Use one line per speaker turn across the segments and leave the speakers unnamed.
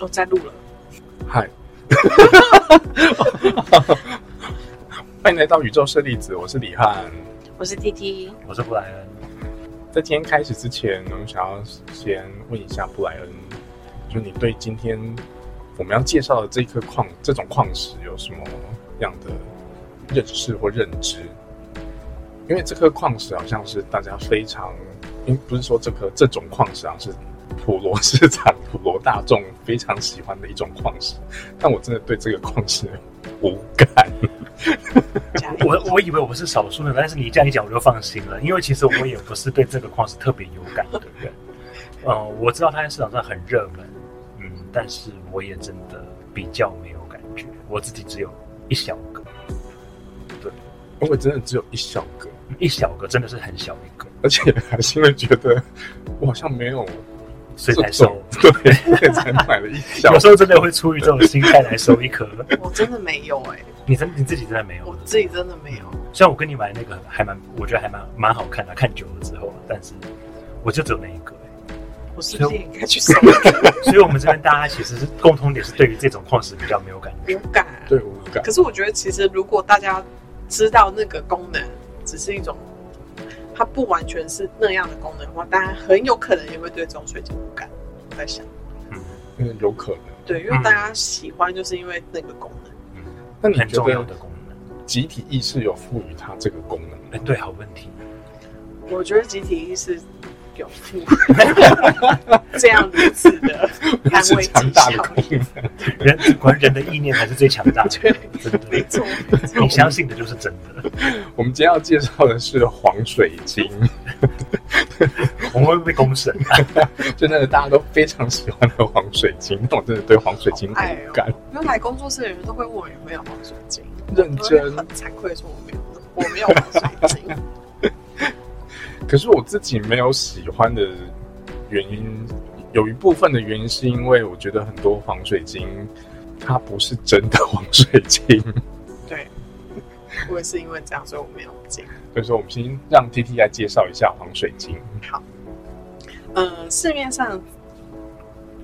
我在录了。
嗨，欢迎来到宇宙射粒子，我是李翰。
我是 T T，
我是布莱恩。
在今天开始之前，我们想要先问一下布莱恩，就是你对今天我们要介绍的这颗矿这种矿石有什么样的认识或认知？因为这颗矿石好像是大家非常，因不是说这颗这种矿石啊是普罗市场、普罗大众非常喜欢的一种矿石，但我真的对这个矿石无感。
加油
我 我以为我是少数的，但是你这样一讲，我就放心了，因为其实我也不是对这个矿石特别有感的人。嗯、呃，我知道它在市场上很热门，嗯，但是我也真的比较没有感觉，我自己只有一小个，
因为真的只有一小个，
一小个真的是很小一个，
而且还是因为觉得我好像没有
所以才收。
这种，对， 所以才买了一小
有时候真的会出于这种心态来收一颗，
我真的没有哎、
你真你自己真的没有
我。自己真的没有。
虽然我跟你买那个还蛮，我觉得还蛮蛮好看的，看久了之后，啊但是我就只有那一个、
我是不是也应该去上一个？
所以我们这边大家其实是共同点是对于这种矿石比较没有感觉。
无感。
对无感
啊可。是我觉得，其实如果大家知道那个功能只是一种，它不完全是那样的功能的话，大家很有可能也会对这种水晶无感。我在想，
嗯
嗯，有可能。
对，因为大家喜欢就是因为那个功能。
嗯，
那你
很
觉
重要
得
的功能。
集体意识有赋予它这个功能吗？
哎、对，好问题。
我觉得集体意识有 负这样如此的安
是
慰
强
绩
大的
效
功能。
人果然人的意念才是最强大的，
对，
真
没
的。
错。
你相信的就是真的。
我们今天要介绍的是黄水晶，
我们会被公审。
就那个大家都非常喜欢的黄水晶。 但我真的对黄水晶无
哎呦
感，
因为来工作室的人都会问我有没有黄水晶，
认
我会
真。
很惭愧地说我没有，我没有黄水晶。
可是我自己没有喜欢的原因，有一部分的原因是因为我觉得很多黄水晶它不是真的黄水晶，
对，我也是因为这样，所以我没有进。
所以说我们先让 T T 来介绍一下黄水晶。
嗯，市面上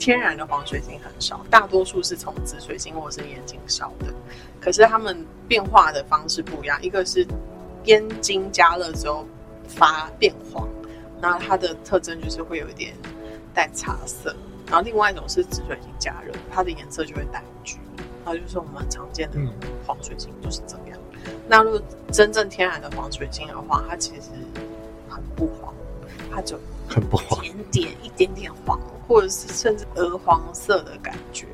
天然的黄水晶很少，大多数是从紫水晶或是烟晶烧的。可是它们变化的方式不一样，一个是烟晶加热之后发变黄，然后它的特征就是会有一点带茶色。然后另外一种是紫水晶加热，它的颜色就会带橘，然后就是我们常见的
嗯
黄水晶就是这样。那如果真正天然的黄水晶的话，它其实很不黄，它就
很不好，
一点点一点点黄，或者是甚至鹅黄色的感觉。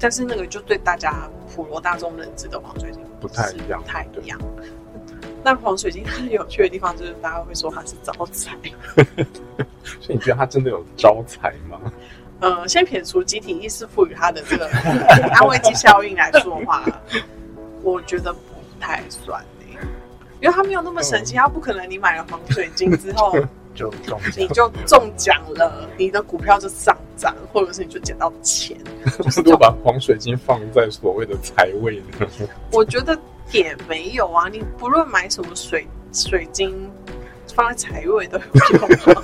但是那个就对大家普罗大众认知的黄水晶
不太一
是
样
不太一样。那黄水晶它有趣的地方就是大家会说它是招财。
所以你觉得它真的有招财吗？
呃，先撇除集体意识赋予它的这个安慰剂效应来说的话，我觉得不太算、欸、因为它没有那么神
嗯
奇，它不可能你买了黄水晶之后。
就中
你
奖。
就中奖了，你的股票就上涨，或者是你就捡到钱。
如果把黄水晶放在所谓的财位呢？
我觉得也没有啊，你不论买什么水水晶，放在财位都有用啊，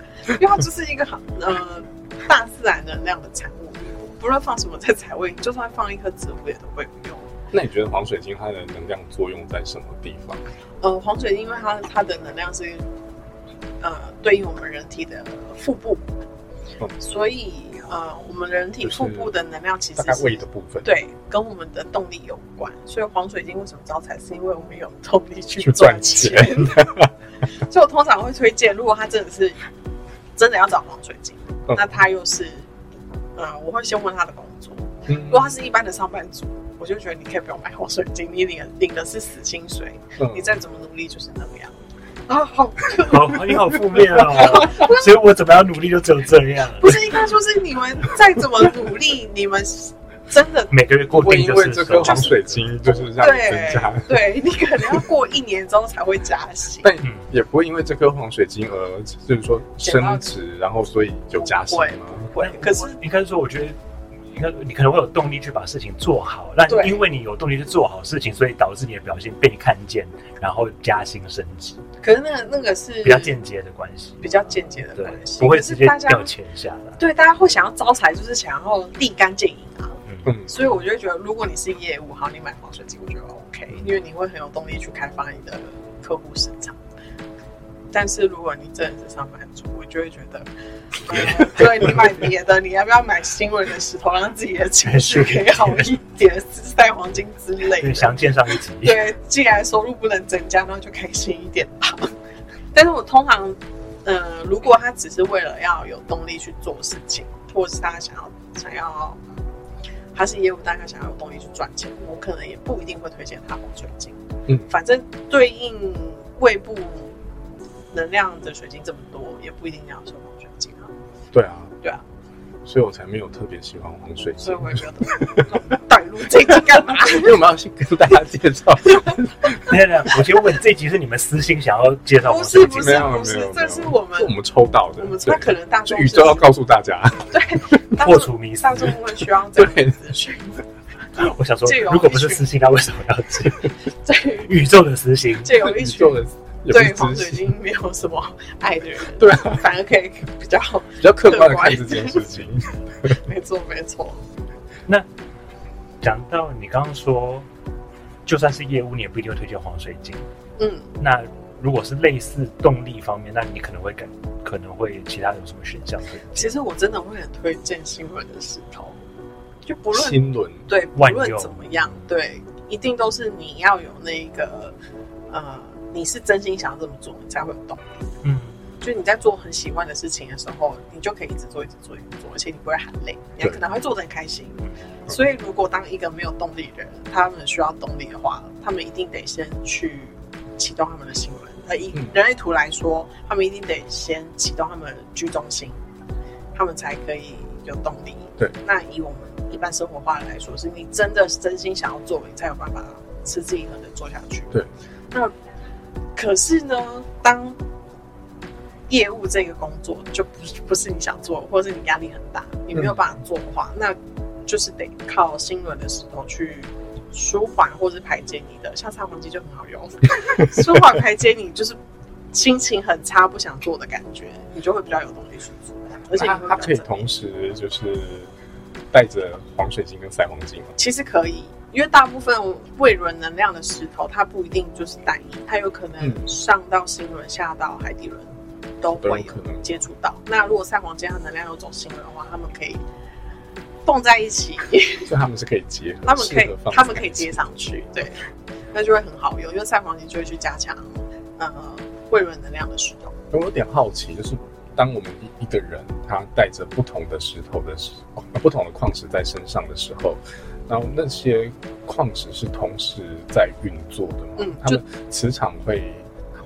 因为它就是一个很呃大自然能量的产物。不论放什么在财位，你就算放一颗植物也都会有用。
那你觉得黄水晶它的能量作用在什么地方？
呃，黄水晶因为它它的能量是呃对应我们人体的腹部，
嗯
所以呃我们人体
就是
腹部的能量其实
大概
是
胃的部分，，
对，跟我们的动力有关。所以黄水晶为什么招财，是因为我们有动力去
去
赚
赚
钱
钱。
所以我通常会推荐，如果他真的是真的要找黄水晶，
嗯
那他又是，呃，我会先问他的工作。
嗯
如果他是一般的上班族，我就觉得你可以不用买黄水晶，你领领的是死薪水，
嗯
你再怎么努力就是那样。啊，好，
好，你好负面哦。所以我怎么样努力就只有这样。
不是应该说是你们再怎么努力，你们真的
每个月固定
因
就
为
是
这颗黄
收
水晶就是让你增加，
对，对你可能要过一年之后才会加薪。
但
嗯
也不会因为这颗黄水晶而就是说升值，然后所以有加薪吗？
会，可是
应该是说，我觉得那你可能会有动力去把事情做好。那
对
因为你有动力去做好事情，所以导致你的表现被你看见，然后加薪升职，
可是那个那个是
比较间接的关系，
比较间接的
对
关，系，
不会
可是
直接
大家
掉钱下来。
对大家会想要招财，就是想要立竿见影啊。
嗯，
嗯，
所以我就会觉得，如果你是业务，好，你买防水机，我觉得 OK，因
嗯
为你会很有动力去开发你的客户市场。但是如果你真的是上班族，我就会觉得， 呃、对你买别的，你要不要买新闻的石头，让自己的情绪 可以好一点， 自带黄金之类
对，
的？
详见上一 集。
对，既然收入不能增加，那就开心一点吧。但是我通常，呃，如果他只是为了要有动力去做事情，或是他想要想要，他是业务，但他想要有动力去赚钱，我可能也不一定会推荐他买水晶。
嗯，
反正对应胃部能量的水晶这么多，也不一定要说买水晶啊。
对啊，
对啊，
所以我才没有特别喜欢黄水
所
晶
以，我也觉 得，带入这一集干嘛？
因为我们要先跟大家 介绍，
等一下等一下，我先问，这集是你们私心想要介绍
不
黄
是
圣
不
经？
没
是
有
不
没
是
有，
这是
没有
我们
是我们抽到的，
我们
对
他可能大
就
众
宇宙
就
要
是
告诉大家，
大
破
众
除迷思
大。众会需要这样的资讯。
我想说
这个，
如果不是私心，那为什么要这样
对，
宇宙的私心？
这有
宇
一群
宙 的也不
对
是
黄
知
水
识，
晶没有什么爱的人，
对啊，
反而可以比较好。
比较客观的看这件事情。
没错，没错，
讲到你刚刚说，就算是业务，你也不一定会推荐黄水晶。
嗯，
那如果是类似动力方面，那你可能会感，可能会其他有什么选项？
其实我真的会很推荐新闻的石头，就不论
心轮，
对不
万用
论怎么样，对，一定都是你要有那个呃，你是真心想要这么做，你才会有动力。
嗯，
就你在做很喜欢的事情的时候，你就可以一直做，一直做，一直做，而且你不会喊累，你
对
可能会做得很开心。
嗯
所以，如果当一个没有动力的人，他们需要动力的话，他们一定得先去启动他们的心轮。呃，以
嗯
人类图来说，他们一定得先启动他们的居中心，他们才可以有动力。
对，
那以我们一般生活化的来说，是你真的真心想要做，你才有办法持之以恒的做下去。
对，
那可是呢，当业务这个工作就不是不是你想做，或者是你压力很大，你
嗯
没有办法做的话，那就是得靠新轮的石头去舒缓或是排解你的。像擦黄机就很好用， 舒缓排解你就是心情很差不想做的感觉，你就会比较有动力去做，而且你
它
会比较
它可以
正面
同时就是带着黄水晶跟赛黄晶嘛，
其实可以，因为大部分胃轮能量的石头，它不一定就是单一，它有可能
嗯
上到心轮、下到海底轮都
都
会
有可能
接触到。那如果三黄金它能量有走心轮的话，他们可以蹦在一起，
所以他们是可以结合，
他们可
适
以
合放在
他们可以
一起
接上去，对，那就会很好用，因为三黄金就会去加强呃胃轮能量的石头。
我有点好奇，就是当我们一一个人他带着不同的石头的石、不同的矿石在身上的时候，然后那些矿石是同时在运作的吗？
嗯
他们磁场会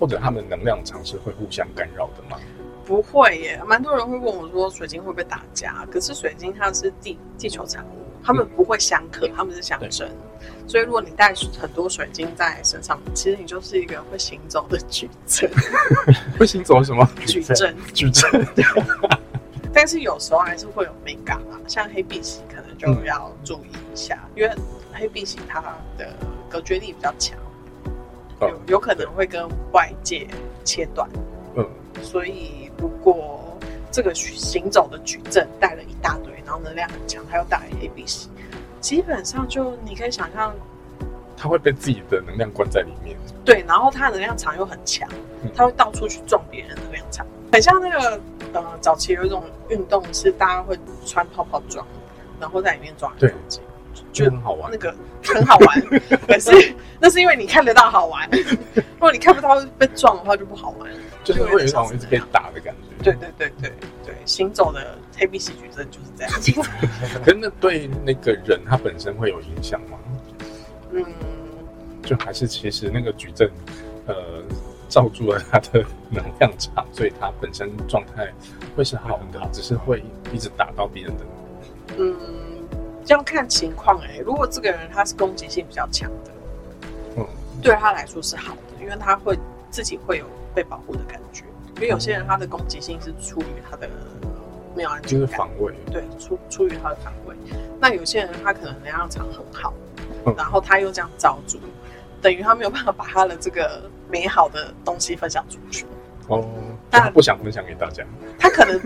或者他们能量场是会互相干扰的吗？
不会耶，蛮多人会问我说水晶会不会打架？可是水晶它是地地球产物，它们不会相
嗯
克，它们是相生。所以如果你带很多水晶在身上，其实你就是一个会行走的矩阵，
会行走什么
矩
矩阵
阵。
矩阵？
但是有时候还是会有美感啊，像黑碧玺可能就要注意一下，
嗯
因为黑碧玺它的隔绝力比较强，
哦
有有可能会跟外界切断。
嗯，
所以如果这个行走的矩阵带了一大堆，然后能量很强，还有打 A B C，基本上就你可以想象，
他会被自己的能量关在里面。
对，然后它能量场又很强
嗯，
它会到处去撞别人的能量场，很像那个呃，早期有一种运动是大家会穿泡泡装，然后在里面装
对嗯
东西，
就
就
很好玩
那个很好 玩，可是那是因为你看得到好玩，如果你看不到被撞的话就不好玩。
就是会有一种一直被打的感觉。
对，对对对对，行走的黑碧玺矩阵就是这 样。
可是那对那个人他本身会有影响吗？
嗯，
就还是其实那个矩阵，呃，罩住了它的能量场，所以它本身状态会是好的，只是会一直打到别人的。
嗯，这样看情况哎、如果这个人他是攻击性比较强的，
嗯，
对他来说是好的，因为他会自己会有被保护的感觉。因为有些人他的攻击性是出于他的没有安
就
全
是
感。
防卫。
对，出出于他的防卫。那有些人他可能能量场很好
嗯，
然后他又这样造主，等于他没有办法把他的这个美好的东西分享出去。
哦，
但
他不想分享给大家。
他可能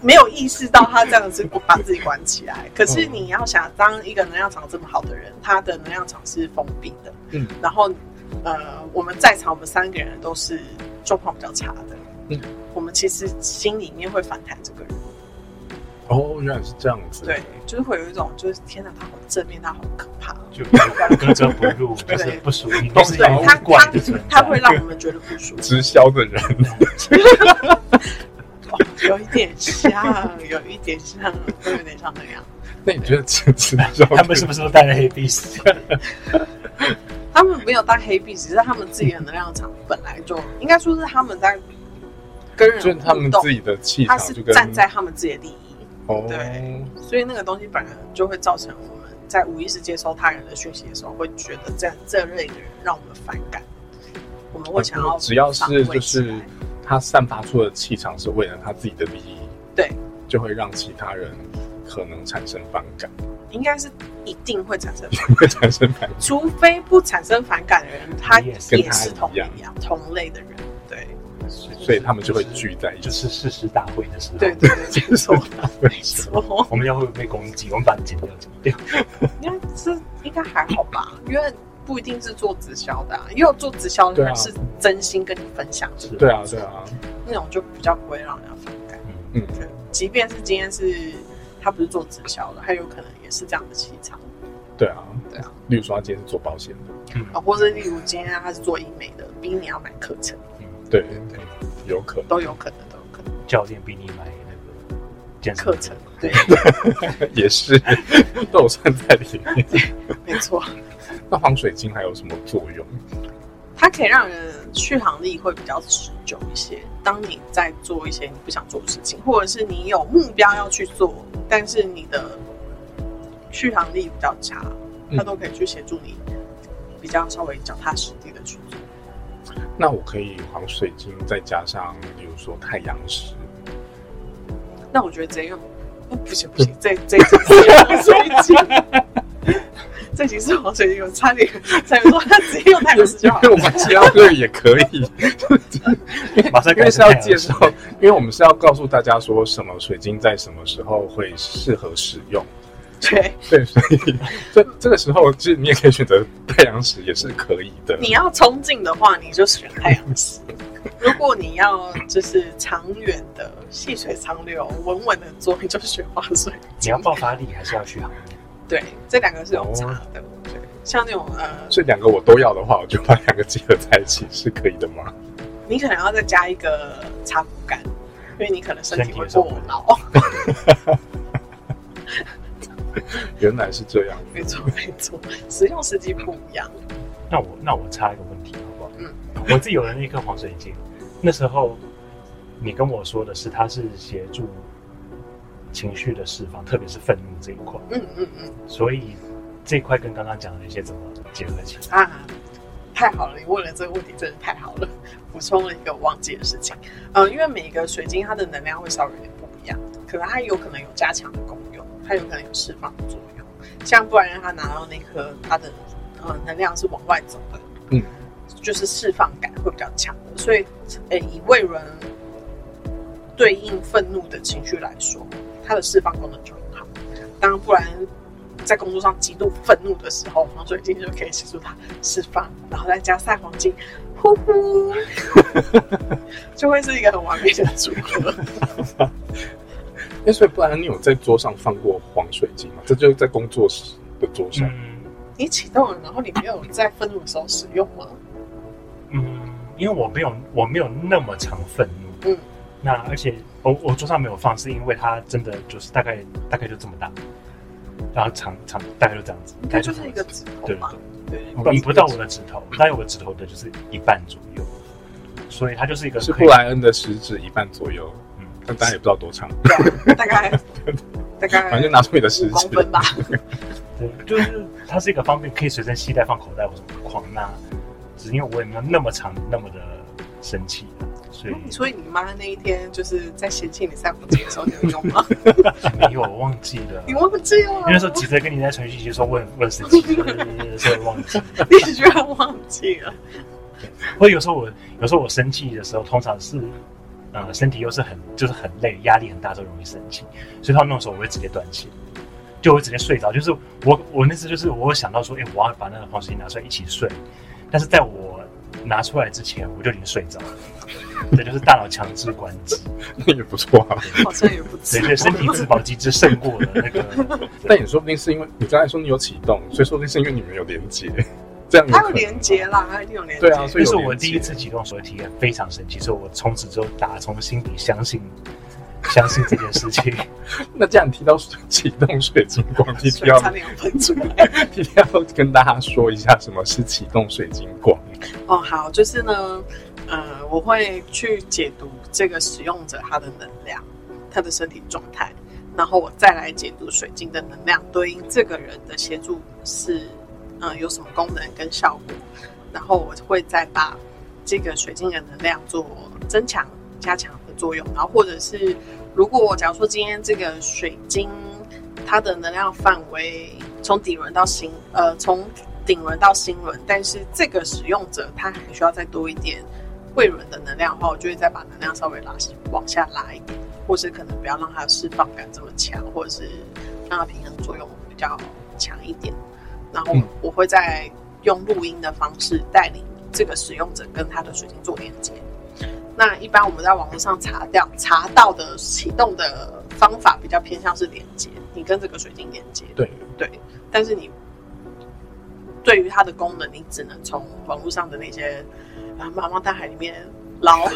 没有意识到他这样子把自己关起 来。可是你要想，当一个能量场这么好的人，他的能量场是封闭的，
嗯
然后呃，我们在场我们三个人都是状况比较差的，
嗯，
我们其实心里面会反弹这个人，
哦，原来是这样子。
对，就是会有一种就是天哪，他好正面，他好可怕哦。
就格格不入，就是不属于，都是
对
妖
他，
怪
他
的存在。
他会让我们觉得不舒服，
直销的人，
有一点像，有一点像，会有点像那样。
那你觉得直直 销
他们是不是都带了黑历史？
他们没有戴黑币，只是他们自己的能量场本来就应该说是他们在跟人
就是他们
互动
自己的气
他
场
是
就跟
站在他们自己的利益，
哦，
对所以那个东西本来就会造成我们在无意识接收他人的讯息的时候，会觉得这样这类的人让我们反感，我们会想要
呃只要
防卫起
是
来
就是他散发出的气场是为了他自己的利益，
对，
就会让其他人可能产生反感，
应该是一定会产生反感，
会产生反感。
除非不产生反感的人，他
也
也
是
是
跟他
同
一样
一样同类的人，对
所以他们就会聚在一
就
起。
是誓师大会的
哦
时候，
对对 对，没错没错。
我们要会被攻击，我们把你剪掉，剪掉。
应该是应该还好吧，因为不一定是做直销的、啊，也有做直销的
对啊
人是真心跟你分享的，
是
对啊，对啊，
那种就比较不会让人家反感。
嗯，
嗯，
对，即便是今天是他不是做直销的，他有可能也是这样的气场
对啊，
对啊。
例如说，他今天是做保险的，
嗯
啊，或者例如今天他是做医美的，逼你要买课程，
对对，有可能
都有可能，都有可能
教练逼你买那个健身
课程， 对，
也是 都有算在里面。
没错，
那黄水晶还有什么作用？
它可以让人续航力会比较持久一些。当你在做一些你不想做的事情，或者是你有目标要去做，但是你的续航力比较差，
嗯
它都可以去协助你比较稍微脚踏实地的去做。
那我可以黄水晶再加上，例如说太阳石，
那我觉得这用，哦不行不行，这这这是黄水晶，这集是黄水晶，我差点差点说他直接用太阳石啊就好了。
因为我们其他队也可以，
马上
因
开
为
始
是要介绍，因为我们是要告诉大家说什么水晶在什么时候会适合使用。
对，
对，所以这这个时候，其实你也可以选择太阳石，也是可以的。
你要冲劲的话，你就选太阳 石；如果你要就是长远的细水长流、稳稳的做，你就选花水
你
晶
要。爆发力还是要续航力？
对，这两个是有差的。对，像那种呃，
这两个我都要的话，我就把两个结合在一起，是可以的吗？
你可能要再加一个插骨感，因为你可能身体会过劳。
原来是这样，
没错，没错，使用时机不一样。
那我那我插一个问题好不好？
嗯，
我自己有了那颗黄水晶，那时候你跟我说的是它是协助情绪的释放，特别是愤怒这一块，
嗯嗯嗯，
所以这一块跟刚刚讲的一些怎么结合起来？
啊，太好了，你问了这个问题真的太好了， 补充了一个我忘记的事情。呃，因为每个水晶它的能量会稍微有点不一样，可能它有可能有加强的功用，它有可能有释放的作用。像不然让它拿到那颗，它的呃能量是往外走的，
嗯，
就是释放感会比较强的。所以，呃，以魏人对应愤怒的情绪来说，它的释放功能就很好。当然，不然在工作上极度愤怒的时候，黄水晶就可以协助它释放，然后再加赛黄金，呼呼，就会是一个很完美的组合。
哎，所以不然你有在桌上放过黄水晶吗？这就是在工作室的桌上，
嗯
你启动了，然后你没有在愤怒的时候使用吗？
嗯，因为我没有我没有那么常愤怒，
嗯，
那而且我我桌上没有放，是因为它真的就是大概大概就这么大，然后长长大概就这样子，
应
大
该
概
就是
这
一
样
个
子
指头嗯
对对
嘛
对。
对，
本不到我的指头，大概我的指头的就是一半左右，所以它就是一个
是
可
布
以，
莱恩的食指一半左右，
嗯，
但大家也不知道多长，
嗯大概大概
反正就拿出你的食
五
指
公，分吧。
对，就是它是一个方便可以随身携带放口袋或者狂纳，只是因为我也没有那么长那么的生气，所以
所以你妈那一天就是在嫌弃你散不进的时候，你有用吗？
没有我忘记了。
你忘记了？
因为那时候急着跟你在传讯息说问问十七，所以忘记。
你居然忘记了？
或者有时候我有时候我生气的时候，通常是呃身体又是很就是很累，压力很大，就容易生气，所以他那种时候我会直接断气，就我会直接睡着。就是我我那次就是我有想到说，哎、我要把那个黄水晶拿出来一起睡，但是在我拿出来之前，我就已经睡着了。 这就是大脑强制关机，
那也不错 啊。
好像也不
所
知
以就是身体自保机制胜过了那个。
但也说不定是因为你刚才说你有启动，所以说不定是因为你们有连 接，这样有
它
可
有
能
连接啦，它一定有连接。
对啊所以
这是
有连
我第一
接
次启动所体验，非常神奇，所以我从此之后打从心底相信相信这件 事情。
那这样提到启动水晶 光，提
所
提
以
到
差点要喷出来。
提到跟大家说一下什么是启动水晶光。
哦，好，就是呢，呃，我会去解读这个使用者他的能量，他的身体状态，然后我再来解读水晶的能量对应这个人的协助是，呃，有什么功能跟效果，然后我会再把这个水晶的能量做增强、加强的作用，然后或者是如果假如说今天这个水晶它的能量范围从底轮到心，呃，从顶轮到心轮，但是这个使用者他还需要再多一点胃轮的能量的话，我就会再把能量稍微拉往下拉一点，或是可能不要让它释放感这么强，或者是让它平衡作用比较强一点。然后
嗯
我会再用录音的方式带领这个使用者跟他的水晶做连接。那一般我们在网络上查掉查到的启动的方法比较偏向是连接，你跟这个水晶连接。
对，
对，但是你对于它的功能，你只能从网络上的那些啊茫茫大海里面捞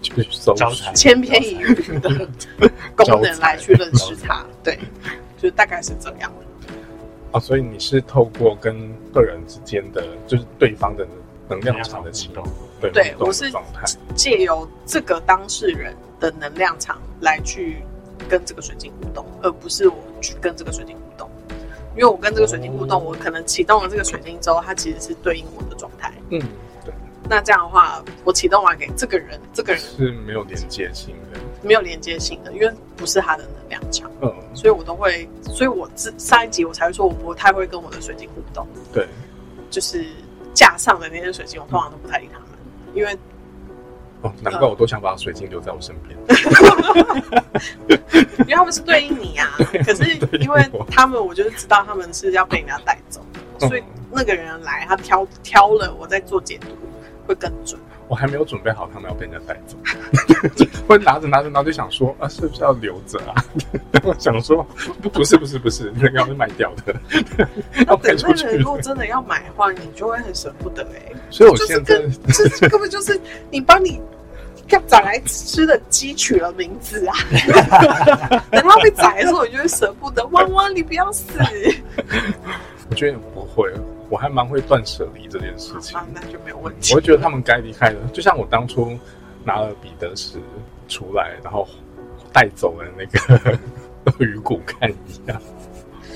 就是搜
招
寻
财
千篇一律的功能来去认识它。对，就大概是这样。
啊，所以你是透过跟个人之间的，就是对方的能量场的 启动，对
对
互动
我
的
是
状态，
借由这个当事人的能量场来去跟这个水晶互动，而不是我去跟这个水晶互动。因为我跟这个水晶互动，
哦
我可能启动了这个水晶之后，它其实是对应我的状态。
嗯，对，
那这样的话，我启动完给这个人，这个人
是没有连接性的，
没有连接性的，因为不是他的能量场，
嗯，
所以我都会，所以我之上一集我才会说我不太会跟我的水晶互动，
对，
就是架上的那些水晶，我通常都不太理他们，因为
哦，难
嗯
怪我都想把水晶留在我身边，
因为他们是对应你啊，可是因为他们，我就是知道他们是要被人家带走的，
嗯
所以那个人来，他挑挑了，我在做解读会更准。
我还没有准备好他们要被人家带走， 会拿着拿着，然后就想说啊，是不是要留着啊？ 然后想说不，不是，不是，不是，那个要被卖掉的，
那
要
等
卖
那
出
个
去
人如
了
果。真的要买的话，你就会很舍不得哎、
所以我
就是
现在
跟 这根本就是你帮你干宰来吃的鸡取了名字啊！等到被宰的时候，你就会舍不得。汪汪，你不要死！
我觉得不会，我还蛮会断舍离这件事情
啊。，那就没有问
我
题
会。觉得他们该离开的，就像我当初拿了彼得石出来，然后带走了那个 鳄鱼骨干一样，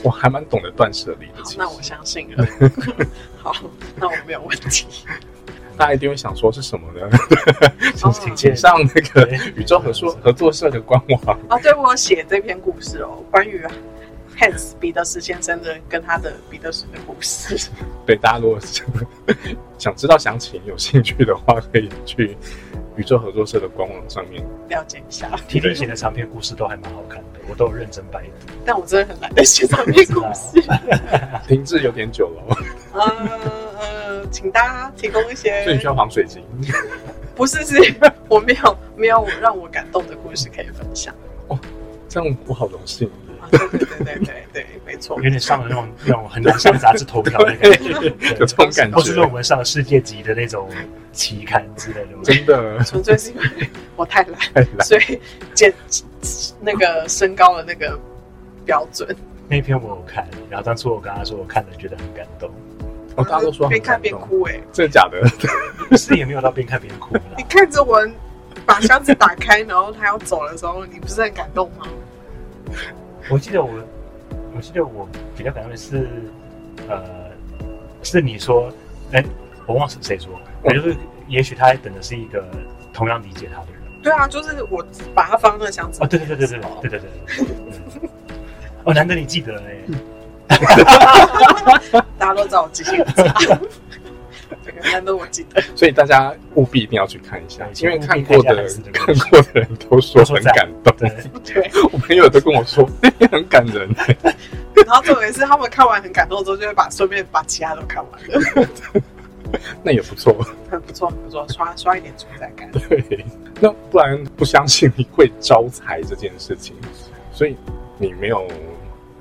我还蛮懂得断舍离的。
好
其实
那我相信了。好，那我没有问题。
大家一定会想说是什么 呢？
哦
请
请
见
上那个
对
宇宙合作合作社的官网。
啊，对我有写这篇故事哦，关于 Hans 彼得斯先生的跟他的彼得斯的故事。
对，大家如果想 想知道详情、有兴趣的话，可以去宇宙合作社的官网上面。
了解一下，
T T 写的长篇故事都还蛮好看的，我都有认真百度。
但我真的很懒得写长篇故事。啊
停滞有点久了哦，
呃呃，请大家提供一
所以你需
些
要黄水 晶。
不是是 我没有没有让我感动的故事可以分享。
这样我好荣幸耶。
啊，对对对对对对，没错
有。点上了那种那种很难上杂志头条的感 觉，对
有这种感
或是
觉
论，文上了世界级的那种期刊之类 的。
真的
纯粹是因为我太 懒，
太懒。
所以减那个身高的那个标准。
那篇我有看，然后当初我跟他说我看了，觉得很感动，
哦，大家都说
边
很
看
感
边
动，
哭哎、
真的假的？
是也没有到边看边哭啦
你看着我把箱子打开，然后他要走的时候，你不是很感动吗？
我记得我，我记得我比较感动的是，呃，是你说，哎、我忘了是谁说，我就是也许他等的是一个同样理解它的人。
对啊，就是我把它放那箱子
哦，对对对对对对对对对。 哦，难得你记得哎，
大家都知道我记性不差， 对，难得我记得。
所以大家务必一定要去看一下
对，
因为看过的
务必看
看
一下
过的人都说很感动。
对，
对，
我朋友都跟我说 很感人，
然后重点是他们看完很感动之后，就会把顺便把其他都看完了，
那也不错。
很不错，很不错，刷刷一点存在感。
对，那不然不相信你会招财这件事情，所以你没有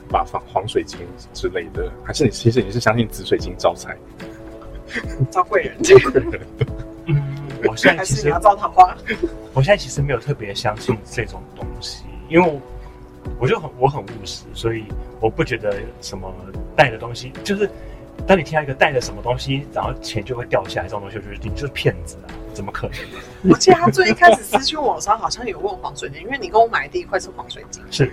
把防黄水晶之类的，还是你其实你是相信紫水晶招财？
招贵人，
嗯，我现在
还
其
是
实
你要招桃花？
我现在其实没有特别相信这种东西，因为我我就很我很务实，所以我不觉得什么带的东西，就是当你听到一个带的什么东西，然后钱就会掉下来这种东西，我就觉得你就是骗子啊，怎么可能？
我记得他最一开始私讯我的时候，好像有问黄水晶，因为你跟我买的第一块是黄水晶，
是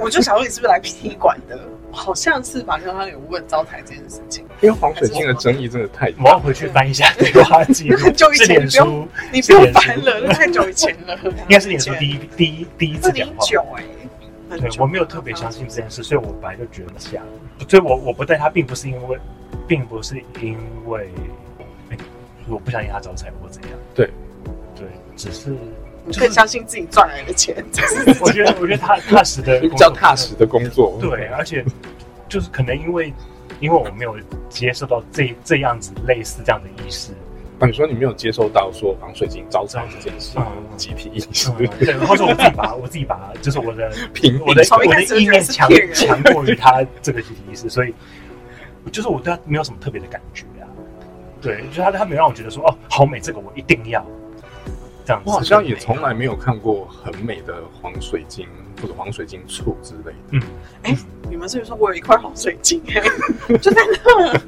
我就想说你是不是来踢馆的？好像是吧，像他有问招财这件事情。
因为黄水晶的争议真的太
我要回去翻一下对话记录
很，久以
是
前
脸
你
书，
你不用烦了，那太久以前了，应
应该是脸书第一第一第一
二
次
零
讲
一
话。
九哎，
对
很，久嗯
我没有特别相信这件事，所以我本来就觉得瞎。所以我我不带他，并不是因为，并不是因为，哎我不相信他招财或怎样。
对，
对，只是
你更相信自己赚来的钱，这是
我觉得，我觉 得他踏实的，
比较踏实。的工作。
对，而且就是可能因为，因为我没有接受到这这样子类似这样的意识，
啊，你说你没有接受到说防水晶招财这件事，
嗯
集体意识，
嗯，对，或者我自己把我自己把就是我的
平
我的
从一
我
开
的
始就
意
觉得
念
是
强
骗人
强过于他这个集体意识，所以就是我对他没有什么特别的感觉啊。对，就是他他没有让我觉得说哦，好美，这个我一定要这样子。
我好像也从来没有看过很美的黄水晶或者黄水晶醋之类的。
嗯，
你们是不是说我有一块黄水晶？欸就在那，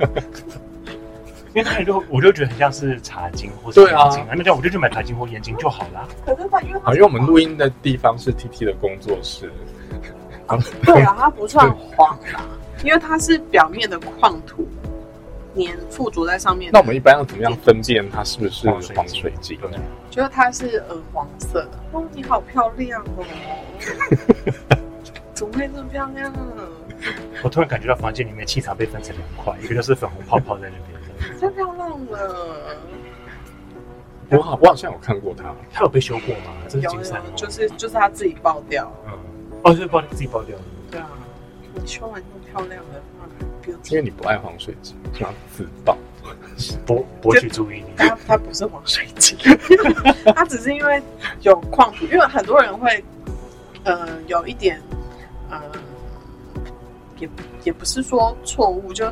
因为他就我就觉得很像是茶精或者
对啊
眼精那这样我就去买茶精或眼精就好啦。
可是它因为
好，因为我们录音的地方是 T T 的工作室，
对啊，它不算黄啦，因为它是表面的矿土粘附着在上面的。
那我们一般要怎么样分辨它是不是
黄水晶
黄水晶？
对
觉得它是鹅黄色的。哦，你好漂亮哦！ 怎么会这么漂亮？
我突然感觉到房间里面气场被分成两块，一个就是粉红泡泡在那边的，
太漂亮了！
我好，我好像有看过它，
他有被修过吗？这是
有
金山
有，
吗？
就是就是它自己爆掉。
嗯，哦，就是爆自己爆掉了。
对啊，你修完那么漂亮的话，不用
因为你不爱黄水晶，就要自爆。
博博取 注意力，
它它不是黄水晶，它只是因为有矿土，因为很多人会，呃，有一点，呃，也也不是说错误，就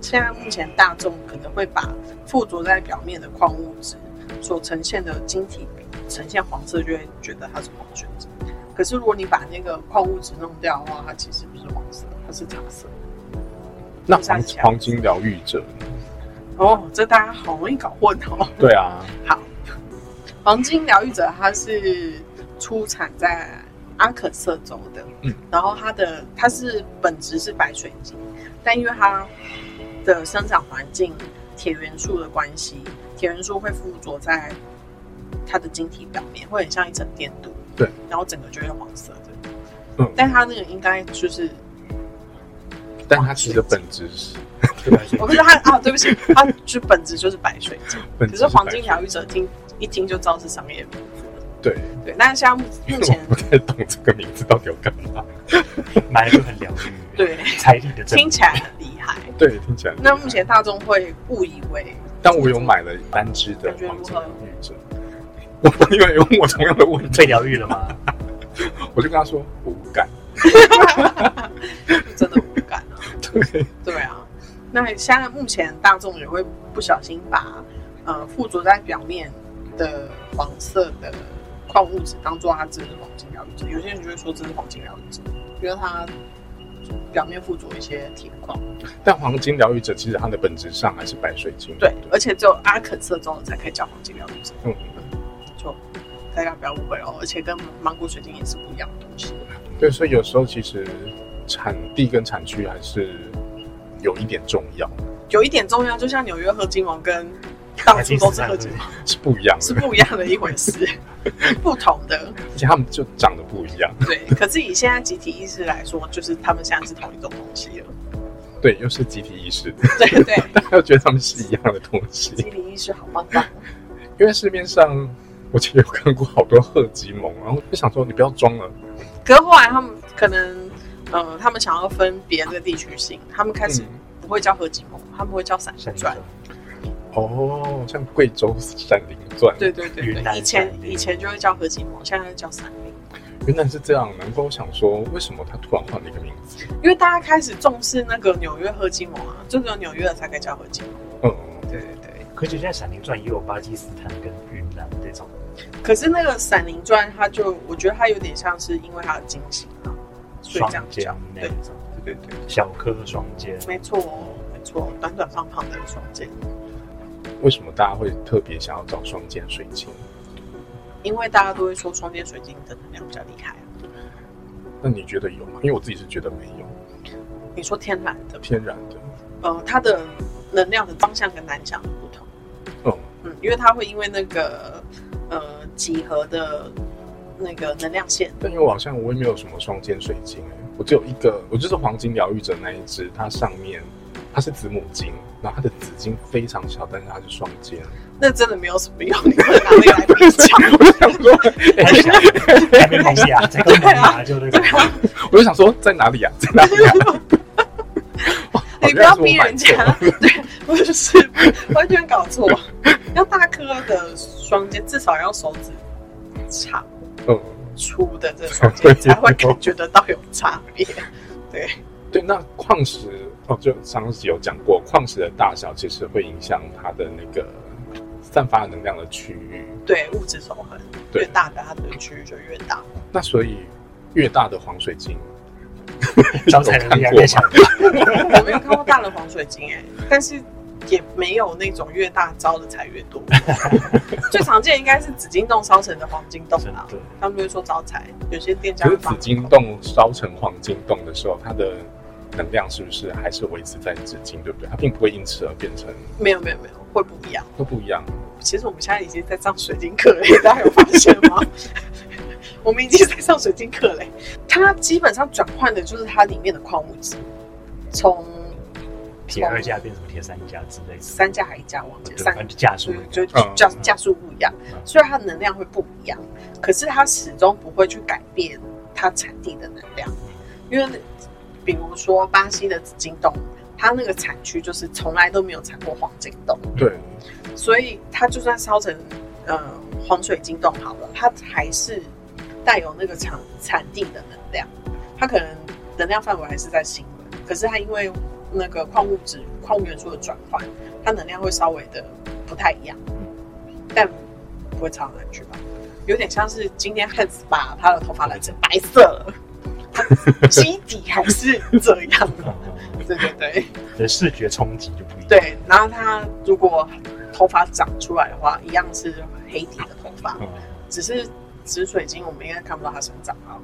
现在目前大众可能会把附着在表面的矿物质所呈现的晶体呈现黄色，就会觉得它是黄水晶。可是如果你把那个矿物质弄掉的话，它其实不是黄色，它是茶色。
那
像
黄
是
黄金疗愈者呢，
哦，这大家好容易搞混哦。
对啊，
好，黄金疗愈者它是出产在阿肯色州的，
嗯，
然后它的它是本质是白水晶，但因为它的生长环境铁元素的关系，铁元素会附着在它的晶体表面，会很像一层电镀，
对，
然后整个就是黄色的，
嗯
但它那个应该就是
但它其实本质是
对吧？所以
我不知道它啊，对不起，它就本质就是白水晶，
本
可
质
是黄
白
金疗愈者听一听就知道是商业名字了，
对，
对，但是现在目目前
我不太懂这个名字到底要干嘛。
买了就很疗愈，，
对，
财力的证
听
明。
起来很厉害。
对，听起来。
那目前大众会误以为，
但我有买了单支的黄金疗愈者，我朋友也问我同样的问题，
被疗愈了吗？
我就跟他说无感。
真的无感啊。
对，
对啊，那现在目前大众也会不小心把呃附着在表面的黄色的矿物质当做它真的是黄金疗愈者，有些人就会说这是黄金疗愈者，因为它表面附着一些铁矿。
但黄金疗愈者其实它的本质上还是白水晶。
对，而且只有阿肯色州才可以叫黄金疗愈者，
嗯，
就大家不要误会哦。而且跟芒果水晶也是不一样的东西。
对，所以有时候其实产地跟产区还是有一点重要。
有一点重要，就像纽约合金龙跟到处都是喝酒，
是不一样
是
的，
不一样的一回事， 不同的。
而且他们就长得不一样。
对，可是以现在集体意识来说，就是他们现在是同一种东西了。
对，又是集体意识，
对 对，
大家又觉得他们是一样的东西。
集体意识好棒棒。
因为市面上我其实有看过好多赫吉蒙，然后就想说你不要装了，
可是后来他们可能，呃，他们想要分别的地区性，他们开始
嗯
不会叫合集梦，他们会叫散
像你说
转。
哦，像贵州闪灵钻，
对对对
云南
对，以前
闪灵
以前就会叫合集梦，现在就叫散灵。
原来是这样。难怪我想说，为什么他突然换了一个名字？
因为大家开始重视那个纽约合集盟啊，就只有纽约的才可以叫合集盟。
嗯，
对对对。
可是现在《闪灵传》也有巴基斯坦跟云南这种，
可是那个《闪灵传》，它就我觉得它有点像是因为它的金星啊，所以
双
这样
肩
叫。
那
对
种
对对对，
小颗双肩，
没错没错，短短胖胖的双肩，
为什么大家会特别想要找双肩水晶？
因为大家都会说双肩水晶的能量比较厉害啊。
那你觉得有吗？因为我自己是觉得没有，
你说天然的，
天然的。
呃，它的能量的方向跟南向的不同，
嗯，
嗯，因为它会因为那个呃几何的那个能量线，
但因为我好像我也没有什么双肩水晶、欸，我只有一个，我就是黄金疗愈者那一只，它上面它是子母金，然后它的子金非常小，但是它是双肩。
那真的没有什么用，你可以拿那个来比 较。
我就想说，
还小，还没萌芽，才刚萌芽就那个，
我就想说在哪里啊，在哪里啊？
你不要逼人家，对，不是，完全搞错。要大颗的双肩，至少要手指长
嗯，
粗的这双肩才会感觉得到有差别。
对，那矿石哦，就上次有讲过，矿石的大小其实会影响它的那个散发能量的区域。
对，物质守恒
对
越大的它的区域就越大。
那所以越大的黄水晶，
招财能力还变小。
我没有看过大的黄水晶哎、但是也没有那种越大招的才越 多。最常见应该是紫金洞烧成的黄金洞
真
啦，
的，
他们就会说招财，有些店家
可
会
是
放
紫金洞烧成黄金洞的时候，它的能量是不是还是维持在紫金，对不对？它并不会因此而变成
没有没有没有会不一样。
都不一样。
其实我们现在已经在上水晶课了，大家有发现吗？我们已经在上水晶课嘞。它基本上转换的就是它里面的矿物质，从
铁二价变成铁三价之类的，
三价还一价忘记了，
对，
三
反正就价数
对，就
嗯
价
嗯
价数不一样
嗯，
所以它的能量会不一样，可是它始终不会去改变它产地的能量，因为比如说巴西的紫金洞，它那个产区就是从来都没有产过黄金洞，
对，
嗯所以它就算烧成呃黄水晶洞好了，它还是带有那个产产地的能量，它可能能量范围还是在新闻，可是它因为那个矿物质、矿物元素的转换，它能量会稍微的不太一样，但不会差到哪里去吧？有点像是今天汉斯把他的头发染成白色了，它基底还是这样。
嗯
对对对。
的嗯视觉冲击就不一样。
对，然后它如果头发长出来的话，一样是黑底的头发，
嗯，
只是紫水晶我们应该看不到它生长啊，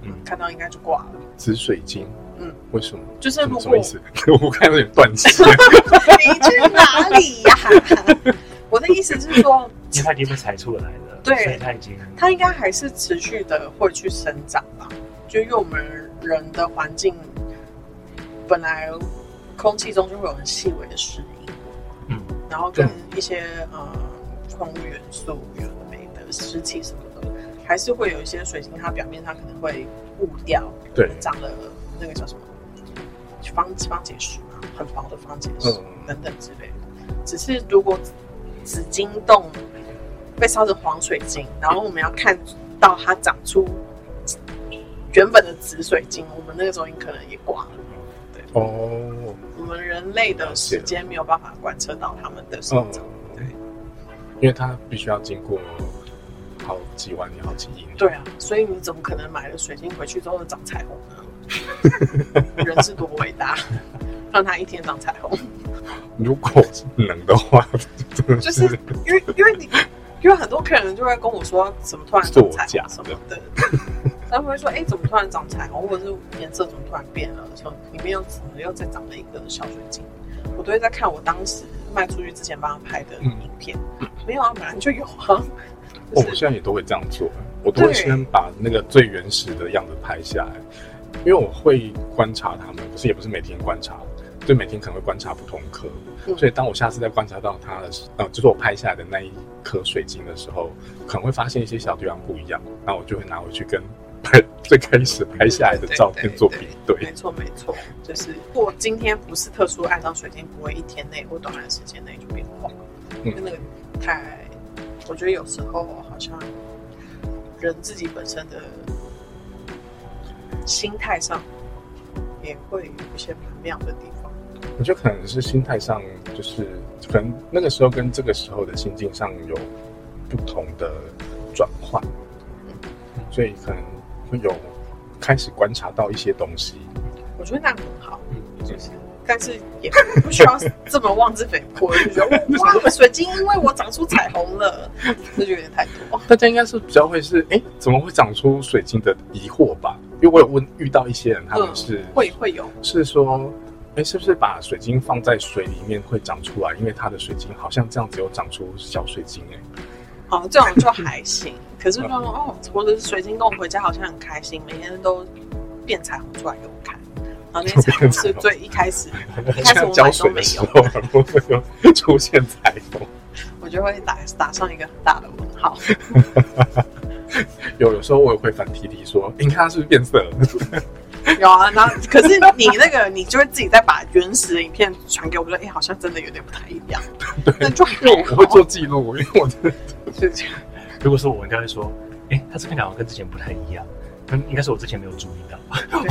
嗯
看到应该就挂了。
紫水晶，
嗯，
为什么？
就是
什
如
么什
果
么意思？ 我看有点 断气。
你去哪里呀、 我的意思是说，
因为它已经被裁出来了，
对
所以它已经
它应该还是持续的会去生长吧，就因为我们人的环境本来空气中就会有很细微的湿音，
嗯，
然后跟一些呃矿物元素有的没的湿气什么的，还是会有一些水晶，它表面上可能会雾掉，
对
长了那个叫什么方方解石嘛，很薄的方解石、
嗯
等等之类的。只是如果紫金洞被烧成黄水晶，然后我们要看到它长出原本的紫水晶，我们那个时候你可能也挂了。
哦，啊
我们人类的时间没有办法观测到它们的生
嗯
长。，
对，因为它必须要经过好几万年、好几亿年。
对啊，所以你怎么可能买了水晶回去之后长彩虹呢？ 人是多伟大，让它一天长彩虹，
如果能的话， 真的
就是因为因为你。因为很多客人就会跟我说，怎么突然长彩虹什么的，他们会说，哎、怎么突然长彩虹，或者是颜色怎么突然变了？说里面又怎么又再长了一个小水晶？我都会在看我当时卖出去之前帮他拍的
嗯
影片，没有啊，本来就有啊。
哦
就，
我
是
现在也都会这样做，我都会
对
先把那个最原始的样子拍下来，因为我会观察他们，可是也不是每天观察，就每天可能会观察不同颗，
嗯
所以当我下次再观察到它的时，呃，就是我拍下来的那一颗水晶的时候，可能会发现一些小地方不一样，那我就会拿回去跟 拍最开始拍下来的照片做比对。
没错没错，就是如果今天不是特殊爱上水晶，不会一天内或短的时间内就变化，
嗯
因为那个太，我觉得有时候好像人自己本身的心态上也会有一些蛮妙的地方。
我觉得可能是心态上，就是可能那个时候跟这个时候的心境上有不同的转换，所以可能会有开始观察到一些东西。
我觉得那样很好，
嗯，
就是。但是也不需要这么妄自菲薄，就觉得哇，水晶因为我长出彩虹了，这就有点太多。
大家应该是比较会是，哎、怎么会长出水晶的疑惑吧？因为我有问遇到一些人，他们是、
嗯会会有，
是说，哎、是不是把水晶放在水里面会长出来？因为它的水晶好像这样子有长出小水晶、诶
哦，这种就还行。可是就说哦，或者是水晶跟我回家好像很开心，每天都变彩虹出来给我看。然后那些彩虹是最一开始，一开始
像
我买
浇
都
水
没
的时
有，
候，会有出现彩虹。
我就会打打上一个很大的问号。
有有时候我也会反提提说，诶你看它是不是变色了？
有啊，然后可是你那个，你就会自己再把原始的影片传给我，我觉得哎、好像真的有点不太一样。那就还
因为我
好
会做记录，因为我真的
是这样
如果是我，应该会说，哎，他这个鸟好像跟之前不太一样，嗯，应该是我之前没有注意到，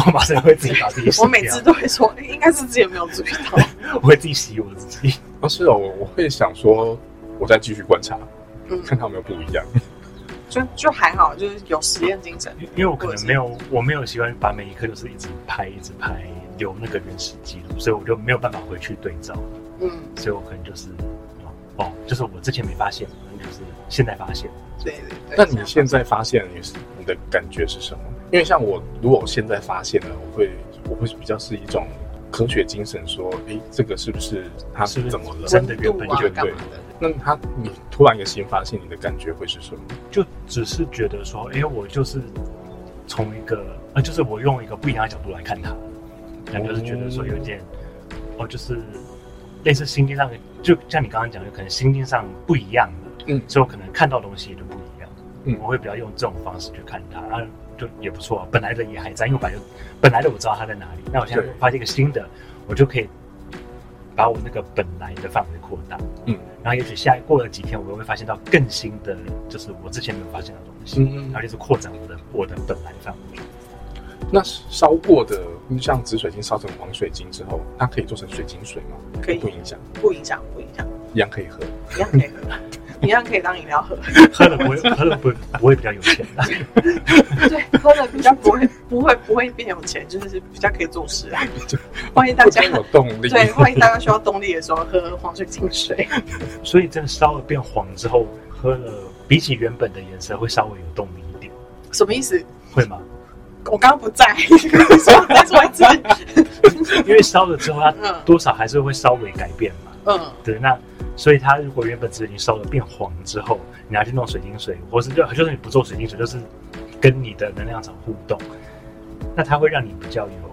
我马上会自己 把自己洗
我每
掉
次，都会说，哎应该是自己也没有注意到。
我会自己洗我自己。
不是哦，我我会想说，我再继续观察，
嗯，
看它有没有不一样。
就就还好，就是有实验精神。
因为我可能没有，我没有习惯把每一刻就是一直拍，一直拍，留那个原始记录，所以我就没有办法回去对照，
嗯，
所以我可能就是，哦哦，就是我之前没发现，可能就是现在发现。
对对对。
那你现在发现你是你的感觉是什么？因为像我，如果我现在发现了，我会我会比较是一种科学精神，说，诶，这个是不是它
是不是
怎么了？
真的原本
温度啊
就对
干嘛的？
那它你突然一个新发现，你的感觉会是什么？
就只是觉得说，哎、我就是从一个呃，就是我用一个不一样的角度来看它，然后就是觉得说有点，哦，就是类似心境上，就像你刚刚讲，的，可能心境上不一样的，
嗯
所以我可能看到的东西也就不一样，
嗯
我会比较用这种方式去看它，啊，就也不错、啊，本来的也还在，因为我本来就本来的我知道它在哪里，那我现在
对
发现一个新的，我就可以把我那个本来的范围扩大，
嗯
然后也许下过了几天，我又会发现到更新的，就是我之前没有发现的东西，
嗯
然后就是扩展我的我的本来范围。
那烧过的，像紫水晶烧成黄水晶之后，它可以做成水晶水吗？
可以
不影响，
不影响，不影响，
一样可以喝。
一样可以喝，一样可以当饮料喝。
喝了不会，喝了不会不会比较有钱啊的，
对，喝了比较不会不会不会变有钱，就是比较可以做事 啊。欢迎大家
会更有动力。
对，欢迎大家需要动力的时候喝黄水清水。
所以真的烧了变黄之后，喝了比起原本的颜色会稍微有动力一点，
什么意思？
会吗？
我刚刚不在， 你说再说一次。
因为烧了之后，它
嗯
多少还是会稍微改变嘛。
嗯，
对，那所以它如果原本只已经烧了变黄之后，你要去弄水晶水，或是就就是你不做水晶水，就是跟你的能量场互动，那它会让你比较有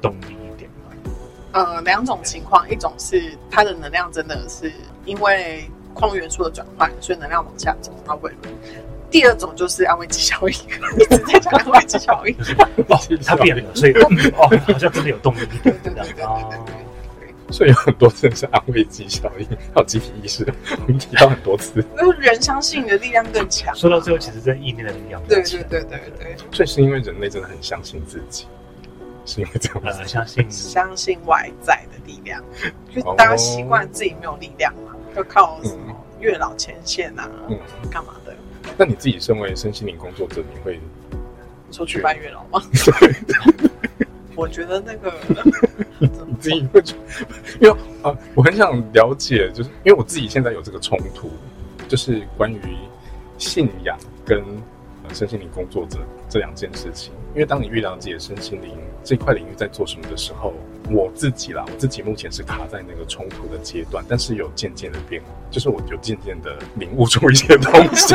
动力一点嘛。
呃，两种情况，一种是它的能量真的是因为矿元素的转换，所以能量往下走，它会轮。第二种就是安慰剂效应， 一直在讲安慰剂效应。
哦，
啊
它变了，所以哦，好像真的有动力一点这样哦。
所以有很多真的是安慰剂效应，还有集体意识，我们提到很多次。
那人相信你的力量更强。
说到最后，其实真的意念的力量比较
对
强
对对对对，
所以是因为人类真的很相信自己，是因为这样
呃，
子。
相信
相信外在的力量，就
哦
大家习惯自己没有力量嘛，就靠什么月老牵线啊，
嗯，
干嘛的？
那你自己身为身心灵工作者，你会
你说去拜月老吗？我觉得 那个怎
你
么
自己会觉得，因为啊、呃我很想了解，就是因为啊我自己现在有这个冲突，就是关于信仰跟呃身心灵工作者这两件事情。因为当你越了解身心灵这块领域在做什么的时候，我自己啦，我自己目前是卡在那个冲突的阶段，但是有渐渐的变，就是我有渐渐的领悟出一些东西，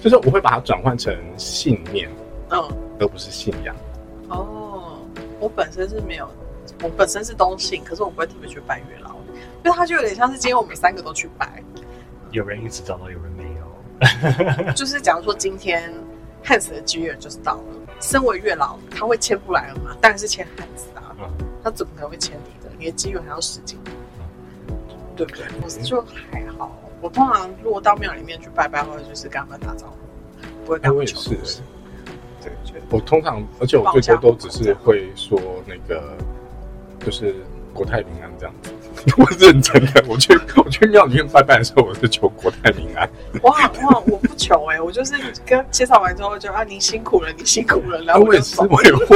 就是我会把它转换成信念，
嗯，
而不是啊信仰。
哦，我本身是没有，我本身是东信，可是我不会特别去拜月老，因为他就有点像是今天我们三个都去拜，
有人一直找到，有人没有。
就是假如说今天汉斯的机缘就是到了，身为月老，他会签布莱恩吗？当然是签汉斯啊，
嗯，
他怎么可能会签你的？你的机缘还要十几年，对不对？我
嗯
是说还好，我通常如果到庙里面去拜拜，或者就是跟他们打招呼，不会
哎，
跟他
我
们
也
求
是、哎
东西。
对，我通常，而且我最多都只是会说那个，就是国泰民安这样子。 我认真的，我去我去庙里面拜拜的时候，我是求国泰民安。
我好我好我不求哎、我就是跟介绍完之后就啊，您辛苦了，你辛苦了，然
然
后
后
我
哎啊我也
就是走，。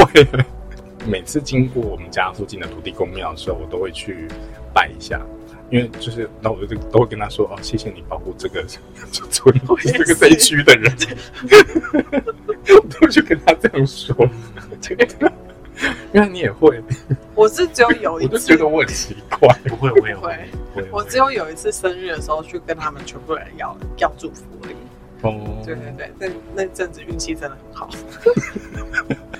我也会。每次经过我们家附近的土地公庙的时候，我都会去拜一下，因为就是，然后我就都会跟他说：“哦，谢谢你保护这个 这村
我也是
这个这一区的人。” 我都会去跟他这样说。 对，因为你也会，
我是只有有
我
一
就
次
觉得，我很奇怪。
不会，我也
不会
会，我也
我只有有一次生日的时候去跟他们全部人要要祝福而已。
哦，
对对对，那那阵子运气真的很好，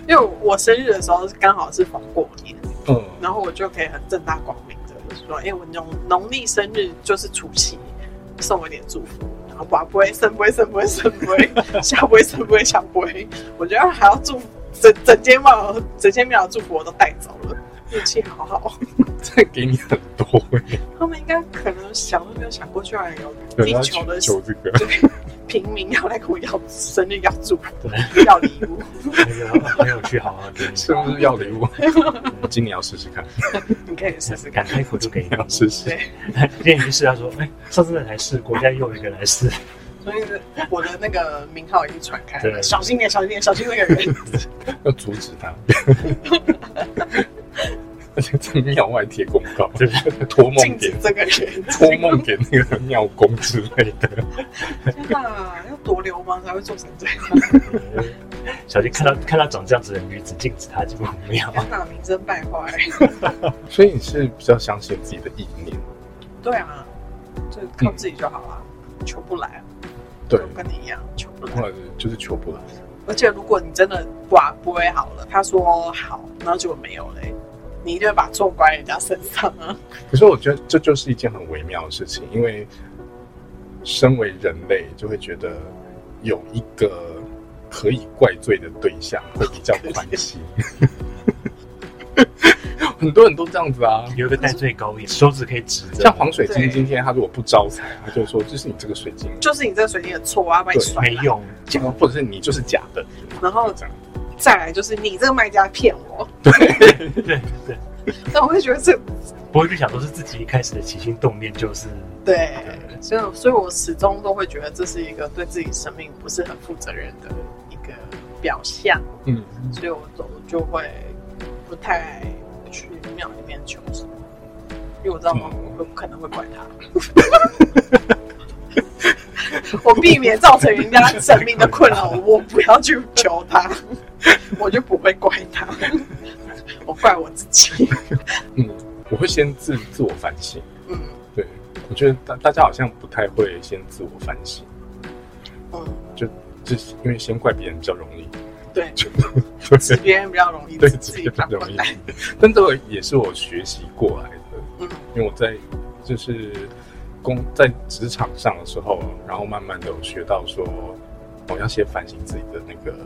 因为我生日的时候刚好是逢过年，
嗯，
然后我就可以很正大光明的就说，哎、我农农历生日就是除夕，送我一点祝福。然后不不会生不会生不会生不会下不会生不会下不会，我觉得还要祝福整整间庙整间庙的祝福我都带走了，运气好好。
这给你很多欸，
他们应该可能想都没有想过，居然有
有人
地
要
球的
求这个，
对，平民要来跟我要生日要祝福，要礼物。
很有很有趣，好好给你。
是不是要礼物？我今年要试试看，
你可以试试
敢
看。
开口就给你
今年。要试试
对。
练已经试，他说：“哎，上次那台试过，现在又一个来试。
所以我的那个名号已经传开了，
对
小心点，小心点，小心那个人。
要阻止他。而且在庙外贴公告，
对
托梦
禁止
给
这个人。
托梦给那个庙公之类的。
天哪，要多流氓才会做成这 样！
小心看到看到长这样子的女子，禁止她进入庙。
天哪，名声败坏。
所以你是比较相信自己的意念，
对啊，就靠自己就好了，求不来啊，
对
就，跟你一样求不
后
来。
来就是求不来。
而且如果你真的寡不会好了，他说好，然后结果没有嘞，你一定会把错怪人家身上啊。
可是我觉得这就是一件很微妙的事情，因为身为人类，就会觉得有一个可以怪罪的对象会比较宽心。 很多人都这样子啊，
有一个戴罪羔羊，手指可以指着。
像黄水晶
对
今天他如果不招财，他就说这是你这个水晶
就是你这水晶的错啊，把你
对
甩
没
烂
用，
假，或者是你就是假的，
然后
这样
再来就是你这个卖家骗我，
对对，
那我会觉得这
不会去想都是自己一开始的起心动念就是
对，所以所以我始终都会觉得这是一个对自己生命不是很负责任的一个表象，
嗯，
所以我都就会不太去庙里面求什么，因为我知道我
嗯
我可能会怪他。我避免造成人家生命的困扰，我不要去求他，我就不会怪他，我怪我自己。
嗯，我会先自自我反省。
嗯
对，我觉得大大家好像不太会先自我反省，
嗯，
就是因为先怪别人比较容易。
对，
对
指别人比较容易，
对，
自
直
己
接
反
比较
过
容易
来。。
但这个也是我学习过来的，
嗯
因为我在就是工在职场上的时候，啊然后慢慢的我学到说，我要先反省自己的那个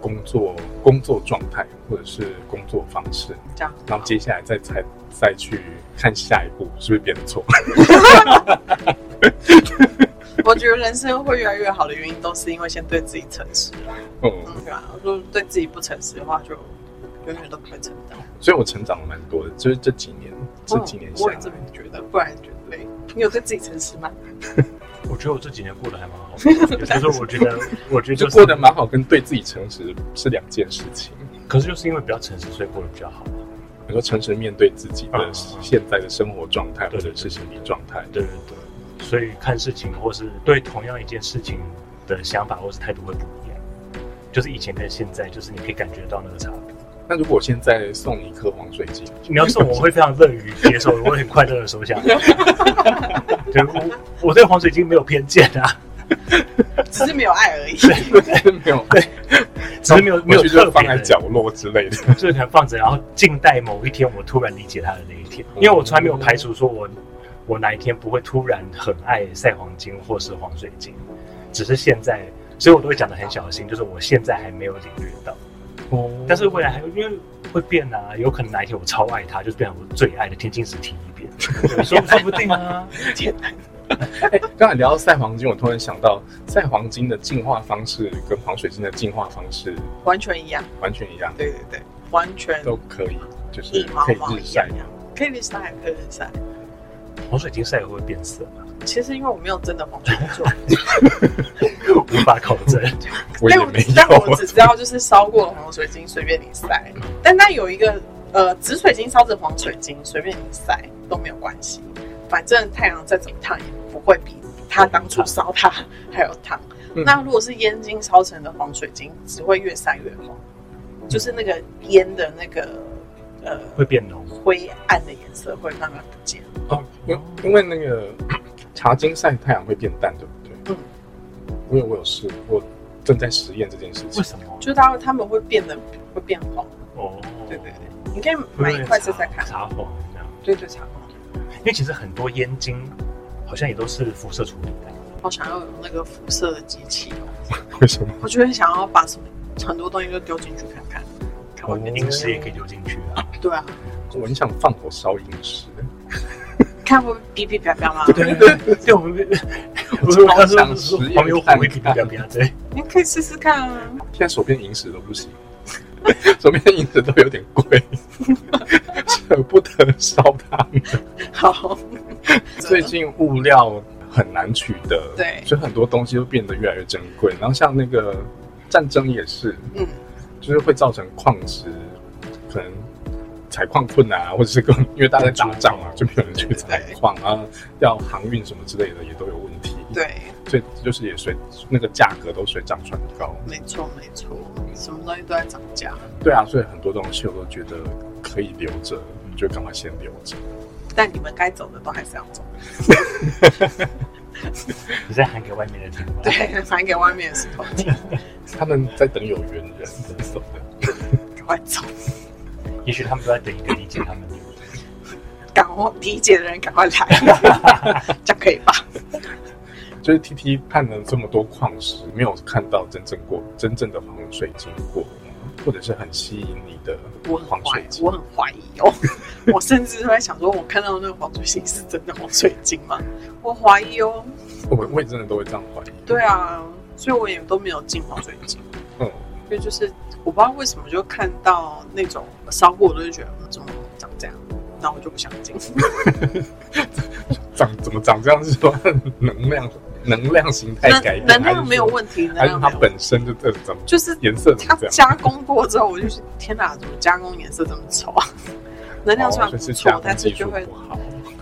工作工作状态或者是工作方式，
这样。
然后接下来再才再去看下一步是不是变得错。
我觉得人生会越来越好的原因，都是因为先对自己诚实啦。
嗯，
嗯，对啊，如果对自己不诚实的话，就永远都不会成长。
所以我成长了蛮多的，就是这几年这几年
嗯
下
我
来
也这么觉得，不然觉得累。你有对自己诚实吗？
我觉得我这几年过得还蛮 好的，就是我觉得，我觉得
就
就是
过得蛮好，跟对自己诚实是两件事情。
可是就是因为比较诚实，所以过得比较好。
比如说诚实面对自己的
嗯嗯嗯
现在的生活状态或
对
者是心理状态，
对对对，所以看事情或是对同样一件事情，的想法或是态度会不一样，就是以前跟现在，就是你可以感觉到那个差别。
那如果我现在送你一颗黄水晶，
你要送我，我会非常乐于接受，我会很快乐的收下。对，我我对黄水晶没有偏见啊，
只是没有爱而已。
没有对，
只是没有没有
回去就
特
放
别
在
的，
角落之类的。
就是可能放着，然后静待某一天我突然理解它的那一天，因为我从来没有排除说我我哪一天不会突然很爱赛黄金或是黄水晶，只是现在，所以我都会讲的很小心，就是我现在还没有领略到。
哦，
但是未来还会因为会变啊，有可能哪一天我超爱它，就是变成我最爱的天津石体一遍，对说说不定啊。
哎，刚才聊到赛黄金，我突然想到，赛黄金的进化方式跟黄水晶的进化方式
完全一样，
完全一样，
对对对，完全
都可以，就是
一毛
可以
毛
日
一
晒
样。。可以日晒，可以日晒。
黄水晶晒也会变色嘛，
其实因为我没有真的黄水做，
无法考 证。
我也
但我
没
但我
有，啊
只知道就是烧过的黄水晶随便你晒，但它有一个呃紫水晶烧成黄水晶随便你晒都没有关系，反正太阳再怎么烫也不会比它当初烧它还要烫。
嗯
那如果是烟晶烧成的黄水晶，只会越晒越黄，
嗯
就是那个烟的那个呃
会变浓。
灰暗的颜色会慢慢不见。
哦，因因为那个茶晶晒太阳会变淡，对不
嗯
对？我有我有试，我正在实验这件事情
为。什么？
就是它它们会变得会变黄，
哦，
对对对，你可以
会
买
不
一
会
块试试
茶
看，
茶黄这样。
对对茶
因为其实很多烟晶好像也都是辐射处理的，
好想要有那个辐射的机器哦，
为什么？
我就会想要把什么很多东西都丢进去看看，看会变
饮食也可以丢进去啊。
对啊，
我很想放火烧饮食，
看会哔哔啪啪吗？
对对 对，我们我
真
们
的好
刚说
想
说
实验
黄油火会比
看
比
看
较比较对，
你可以试试看啊。
现在手边饮食都不行， 手边饮食都有点贵， 舍不得烧它们。
好，
最近物料很难取得，
对
所以很多东西都变得越来越珍贵。然后像那个战争也是，
嗯，
就是会造成矿石可能采矿困难啊，或者是跟因为大家在打仗嘛，就没有人去采矿啊，要航运什么之类的也都有问题。，
对，
所以就是也随那个价格都水涨船高。
没错没错，什么东西都在涨价，
对啊，所以很多东西我都觉得可以留着，就赶快先留着。
但你们该走的都还是要走，
你在喊给外面的听吗？
对，反给外面的石头听，
他们在等有缘人走的，
赶快走，
也许他们都在等一个理解他们的人。
赶快理解的人赶快来， 这样可以吧？
就是 T T 看了这么多矿石，没有看到真正过真正的黄水晶过，或者是很吸引你的
我很
黄
怀
水
疑，
晶
我。很怀疑哦。我甚至都在想说，我看到那个黄水晶是真的黄水晶吗？我怀疑哦。
我我也真的都会这样怀疑。
对啊，所以我也都没有进黄水晶。
嗯，
所以就是我不知道为什么就看到那种烧过，我都会觉得嗯怎么长这样，然后我就不想进。
长怎么长这样是说能量能量形态
能
哎改变，
能量没有
题，
问题，能
还是
量没
它
有问
本
题，
身就这怎么
就是
颜色怎
它
么这
加
样？
工过之后，我就是天哪，怎么加工颜色这么丑啊？能量虽然
哦
不
就是
错，
加工
但是
技
就
术
会
不好。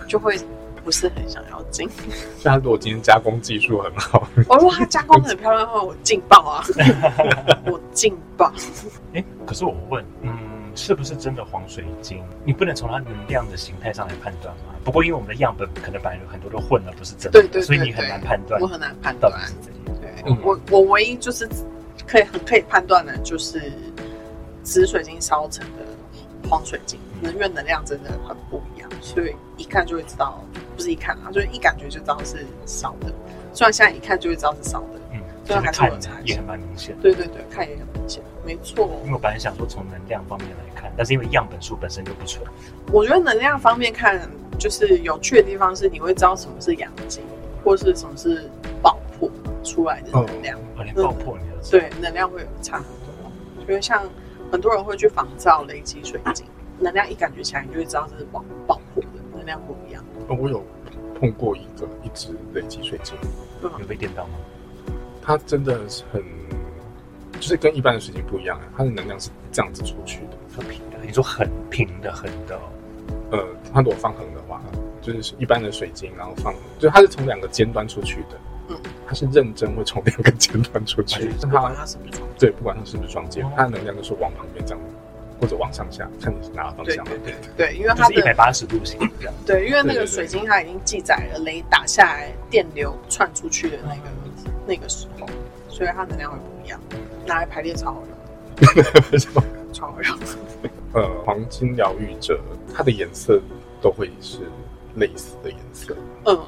就会不是很想要进。
所以他如果今天加工技术很好，
我哦如果它加工的很漂亮的话，我劲爆 啊！我劲爆，
哎，可是我问，嗯，是不是真的黄水晶？你不能从它能量的形态上来判断嘛？不过因为我们的样本可能本来有很多都混了，不是真的，
对对对
所以你很难判断
我很难判
到
断
底。是怎样。
对
嗯
我，我唯一就是可以很可以判断的，就是紫水晶烧成的黄水晶，能源能量真的很不一样，所以一看就会知道，不是一看啊，就是一感觉就知道是烧的。虽然现在一看就会知道是烧的，
嗯，
对啊
就是
还是有差
看也很蛮明显的。
对对对，看也很明显，没错。
因为我本来想说从能量方面来看，但是因为样本数本身就不纯，
我觉得能量方面看，就是有趣的地方是，你会知道什么是阳精，或是什么是爆破出来的能量。
我哦连爆破你都知道。
对，能量会有差很多。因为像很多人会去仿造雷击水晶，能量一感觉起来，你就会知道这是爆爆破的能量不一样。
我有碰过一个一直累积水晶，
有被电到吗？
它真的是很就是跟一般的水晶不一样，啊它的能量是这样子出去的。
说平的，你说很平的，很的哦、
呃，它如果放横的话，就是一般的水晶，然后放，就是它是从两个尖端出去的，
嗯，哎
它是认真会从两个尖端出去，
不管它是不是从
对，不管它是不是撞尖
哦，
它的能量就是往旁边这样，或者往上下，看你是哪个方
对
向嘛啊
对。对 对，因为
就
它
是一百
的
八十度形这样。
对，因为那
对对
个
对
水晶它已经记载了雷打下来电流窜出去的那个那个时候，所以它能量会不一样，拿来排列超好用，超好用。
呃，黄金疗愈者它的颜色都会是类似的颜色，
嗯，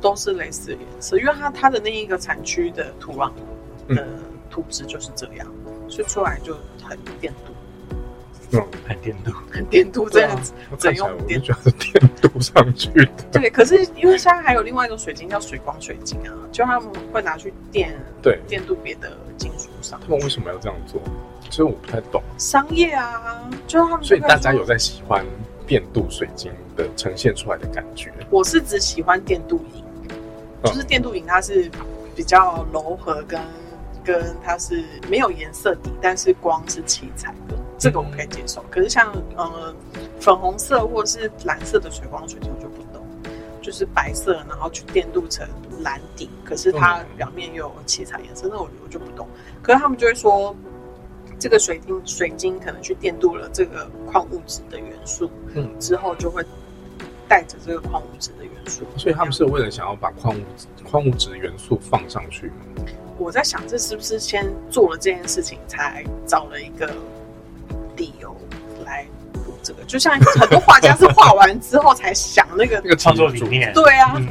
都是类似的颜色，因为它它的那一个产区的土壤
嗯
的土质就是这样，所以出来就很电镀，
嗯，
很电镀，
很电镀这样子。
我看起来
怎用
我就
电
觉得是电镀上去的。
对，可是因为现在还有另外一种水晶叫水光水晶啊，就他们会拿去电
对，
电镀别的金属上
他，们为什么要这样做？其实我不太懂。
商业啊，就是他们。
所以大家有，在喜欢变镀水晶的呈现出来的感觉，
我是只喜欢电镀银，就是电镀银它是比较柔和跟跟它是没有颜色底，但是光是七彩的，这个我可以接受。可是像呃粉红色或是蓝色的水光水晶我就不懂，就是白色然后去电镀成蓝底，可是它
嗯
表面又有七彩颜色，那我我就不懂。可是他们就会说。这个水晶水晶可能去电镀了这个矿物质的元素，
嗯
之后就会带着这个矿物质的元素，
所以他们是为了想要把矿物质矿物质元素放上去吗？
我在想，这是不是先做了这件事情，才找了一个理由来补这个？就像很多画家是画完之后才想那个
那，个
创作
题
理
目
念。
对啊，
嗯，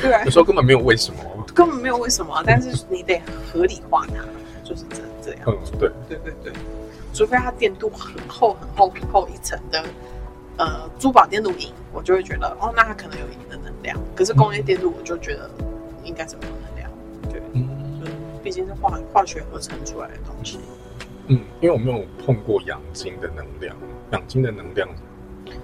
对啊
有，时候根本没有为什么。
根本没有为什么啊，但是你得合理化它，就是这这样。
嗯，对，
对对对，除非它电镀很厚很厚很厚一层的，呃，珠宝电镀银，我就会觉得哦，那它可能有银的能量。可是工业电镀，我就觉得应该是没有能量，
嗯
毕竟是化化学合成出来的东西。
嗯，因为我没有碰过氧晶的能量，氧晶的能量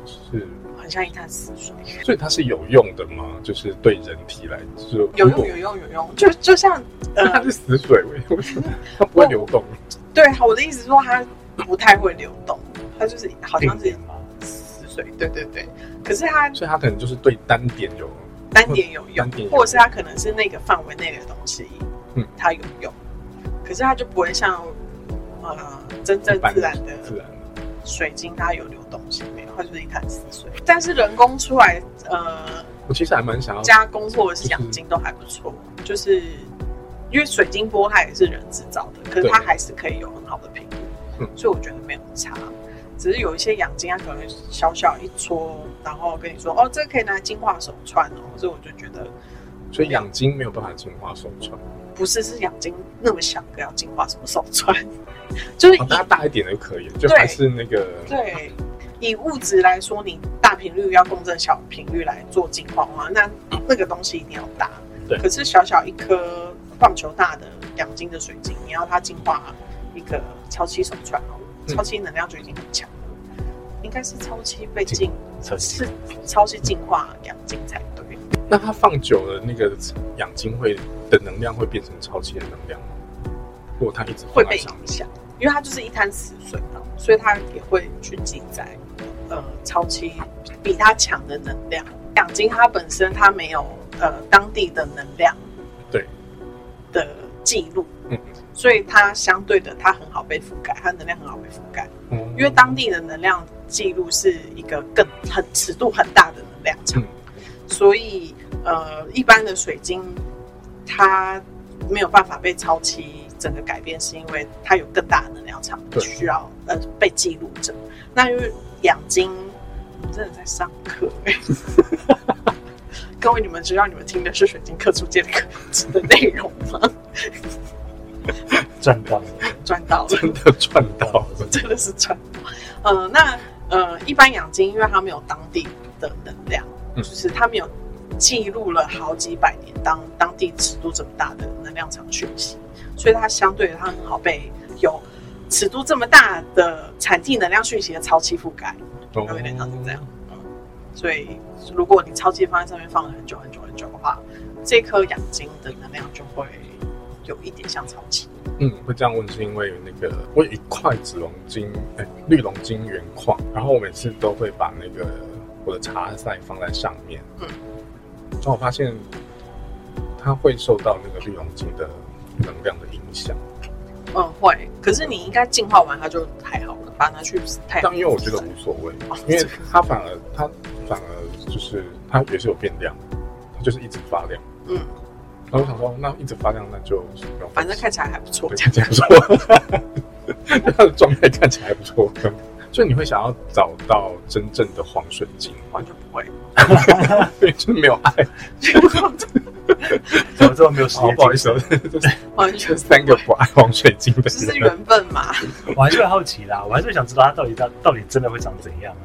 是，
很像一滩死水。
所以它是有用的吗？就是对人体来，就是
有
如
用
果
有用有用，就就像
它
呃，
是死水位，为什么它不会流动？
对啊我的意思是说它不太会流动，它就是好
定
像是
点吗？
死水，对对对。可是它
所以它可能就是对单点有，
单点有用
单点有用，
或者是它可能是那个范围内的东西，
嗯，
它有用，可是它就不会像呃真正
一般
自然的
自然
水晶它有流动性没有，它就是一滩死水。但是人工出来呃
我其实还蛮想要
加工或者是养精都还不错，
嗯
就是因为水晶波它也是人制造的，可是它
对
还是可以有很好的品
嗯
质，所以我觉得没有差。只是有一些养精，它可能小小一撮，然后跟你说哦，这个可以拿来金化手串哦，所以我就觉得
所以养精没有办法净化手串，
不是是养精那么小个要金化什么手串， 就是以、
哦，大家大一点的就可以了，就
对
还是那个
对以物质来说，你大频率要共振小频率来做净化嘛，那那个东西一定要大。
对
可是小小一颗棒球大的两斤的水晶，你要它净化一个超七手串哦，
嗯
超七能量就已经很强了，应该是超七被净
超七
是超七净化两斤才对。
那它放久了，那个养精会的能量会变成超期的能量吗？如果它一直
会
放在
被影
上面，
响，因为它就是一滩死水嘛，所以它也会去记载，呃，超期比它强的能量。养精它本身它没有呃当地的能量
对
的记录，
嗯
所以它相对的它很好被覆盖，它能量很好被覆盖，
嗯
因为当地的能量记录是一个更很尺度很大的能量场，
嗯
所以呃一般的水晶它没有办法被超期整个改变，是因为它有更大的能量场
对
需要呃被记录着。那因为养精，我真的在上课、欸 各位，你们知道你们听的是水晶课出界的课的内容吗？
赚到了，
赚到了。
真的赚到 了，
真的是传统。呃，那呃，一般养金，因为它没有当地的能量，
嗯
就是它没有记录了好几百年当当地尺度这么大的能量场讯息，所以它相对的它很好被有尺度这么大的产地能量讯息的超期覆盖，
哦
有一点像是这样。嗯所以，如果你超期放在上面放了很久很久很久的话，这颗养金的能量就会有一点像超期。
嗯，会这样问是因为那个我有一块紫龙晶，哎、绿龙晶原矿，然后我每次都会把那个我的茶塞放在上面，
嗯
嗯，然后我发现它它会受到那个绿龙晶的能量的影响。
嗯，会。可是你应该净化完它就还好了，把它去太阳。
但因为我觉得无所谓，
哦
因为它反而它反而就是它也是有变亮，它就是一直发亮。
嗯，
然后我想说，那一直发亮，那就没有
反正看起来还不错
对。看起来不错， 它的状态看起来还不错。所以你会想要找到真正的黄水晶吗
完？全不会。
对，就是没有爱。
怎么这么没有实
好，
验
哦不好意
精
思
神？，
这是
完全
这三个不爱黄水晶的
就是
人，
缘分嘛，
我还是会好奇啦，我还是会想知道它到底到到底真的会长怎样啊？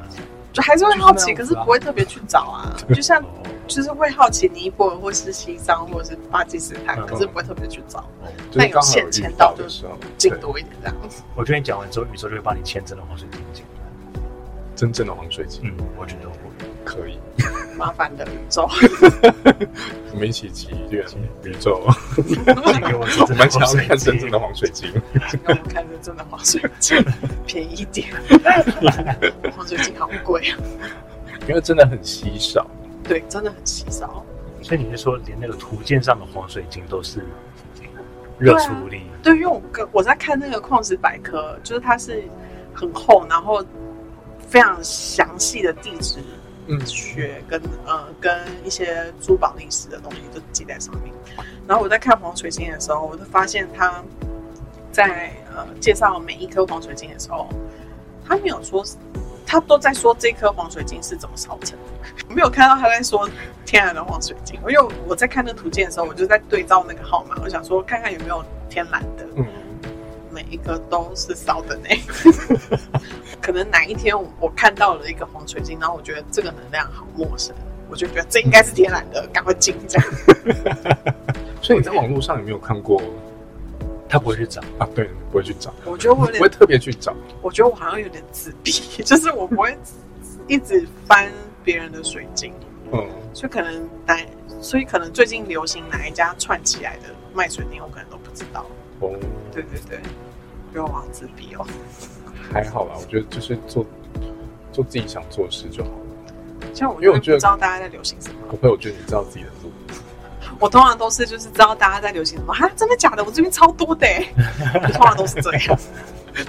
就还是会好奇，
就
可
是那样子啊
是不会特别去找啊。就像
哦
就是会好奇尼泊尔或是西藏或者是巴基斯坦，
嗯
可是不会特别去找，
哦
就是刚好有遇到的时候，
进
对
多一点这样子。
我觉得你讲完之后，宇宙就会帮你签真的黄水晶进来。
真正的黄水晶
嗯，我觉得我
可以。
麻烦的宇宙，
我们一起祈愿嗯宇宙，
你 给我
我
真
们
的
想
黄
要
水
看真正
晶
的。黄水晶。
请给我们看这真的黄水晶便宜一 点，黄水晶好贵啊。
因为真的很稀少，
对，真的很稀少。
所以你是说，连那个图鉴上的黄水晶都是热处理？
对，因啊为我跟我在看那个矿石百科，就是它是很厚，然后非常详细的地质
嗯，
学跟呃跟一些珠宝历史的东西都记在上面。然后我在看黄水晶的时候，我就发现它在呃介绍每一颗黄水晶的时候，他没有说，他都在说这颗黄水晶是怎么烧成的，我没有看到他在说天然的黄水晶。因为我在看那图鉴的时候，我就在对照那个号码，我想说看看有没有天然的，
嗯，
每一个都是烧的 呢。可能哪一天我我看到了一个黄水晶，然后我觉得这个能量好陌生，我就觉得这应该是天然的，赶快进这样。
所以你在网络上有没有看过
它不会去长。
啊？对，不会去找，
我觉得我有
不会
点，
特别去找，
我觉得我好像有点自闭，就是我不会一直翻别人的水晶，
嗯，
所以可能哪，所以可能最近流行哪一家串起来的卖水晶，我可能都不知道。
哦，
对对对，我觉得我好自闭哦。
还好啦，我觉得就是做做自己想做的事就好了。
像我
因为我
就不
觉得
知道大家在流行什么。
不会，我觉得你知道自己的路，
我通常都是就是知道大家在流行什么，哈，真的假的？我这边超多的、 欸，我通常都是这样。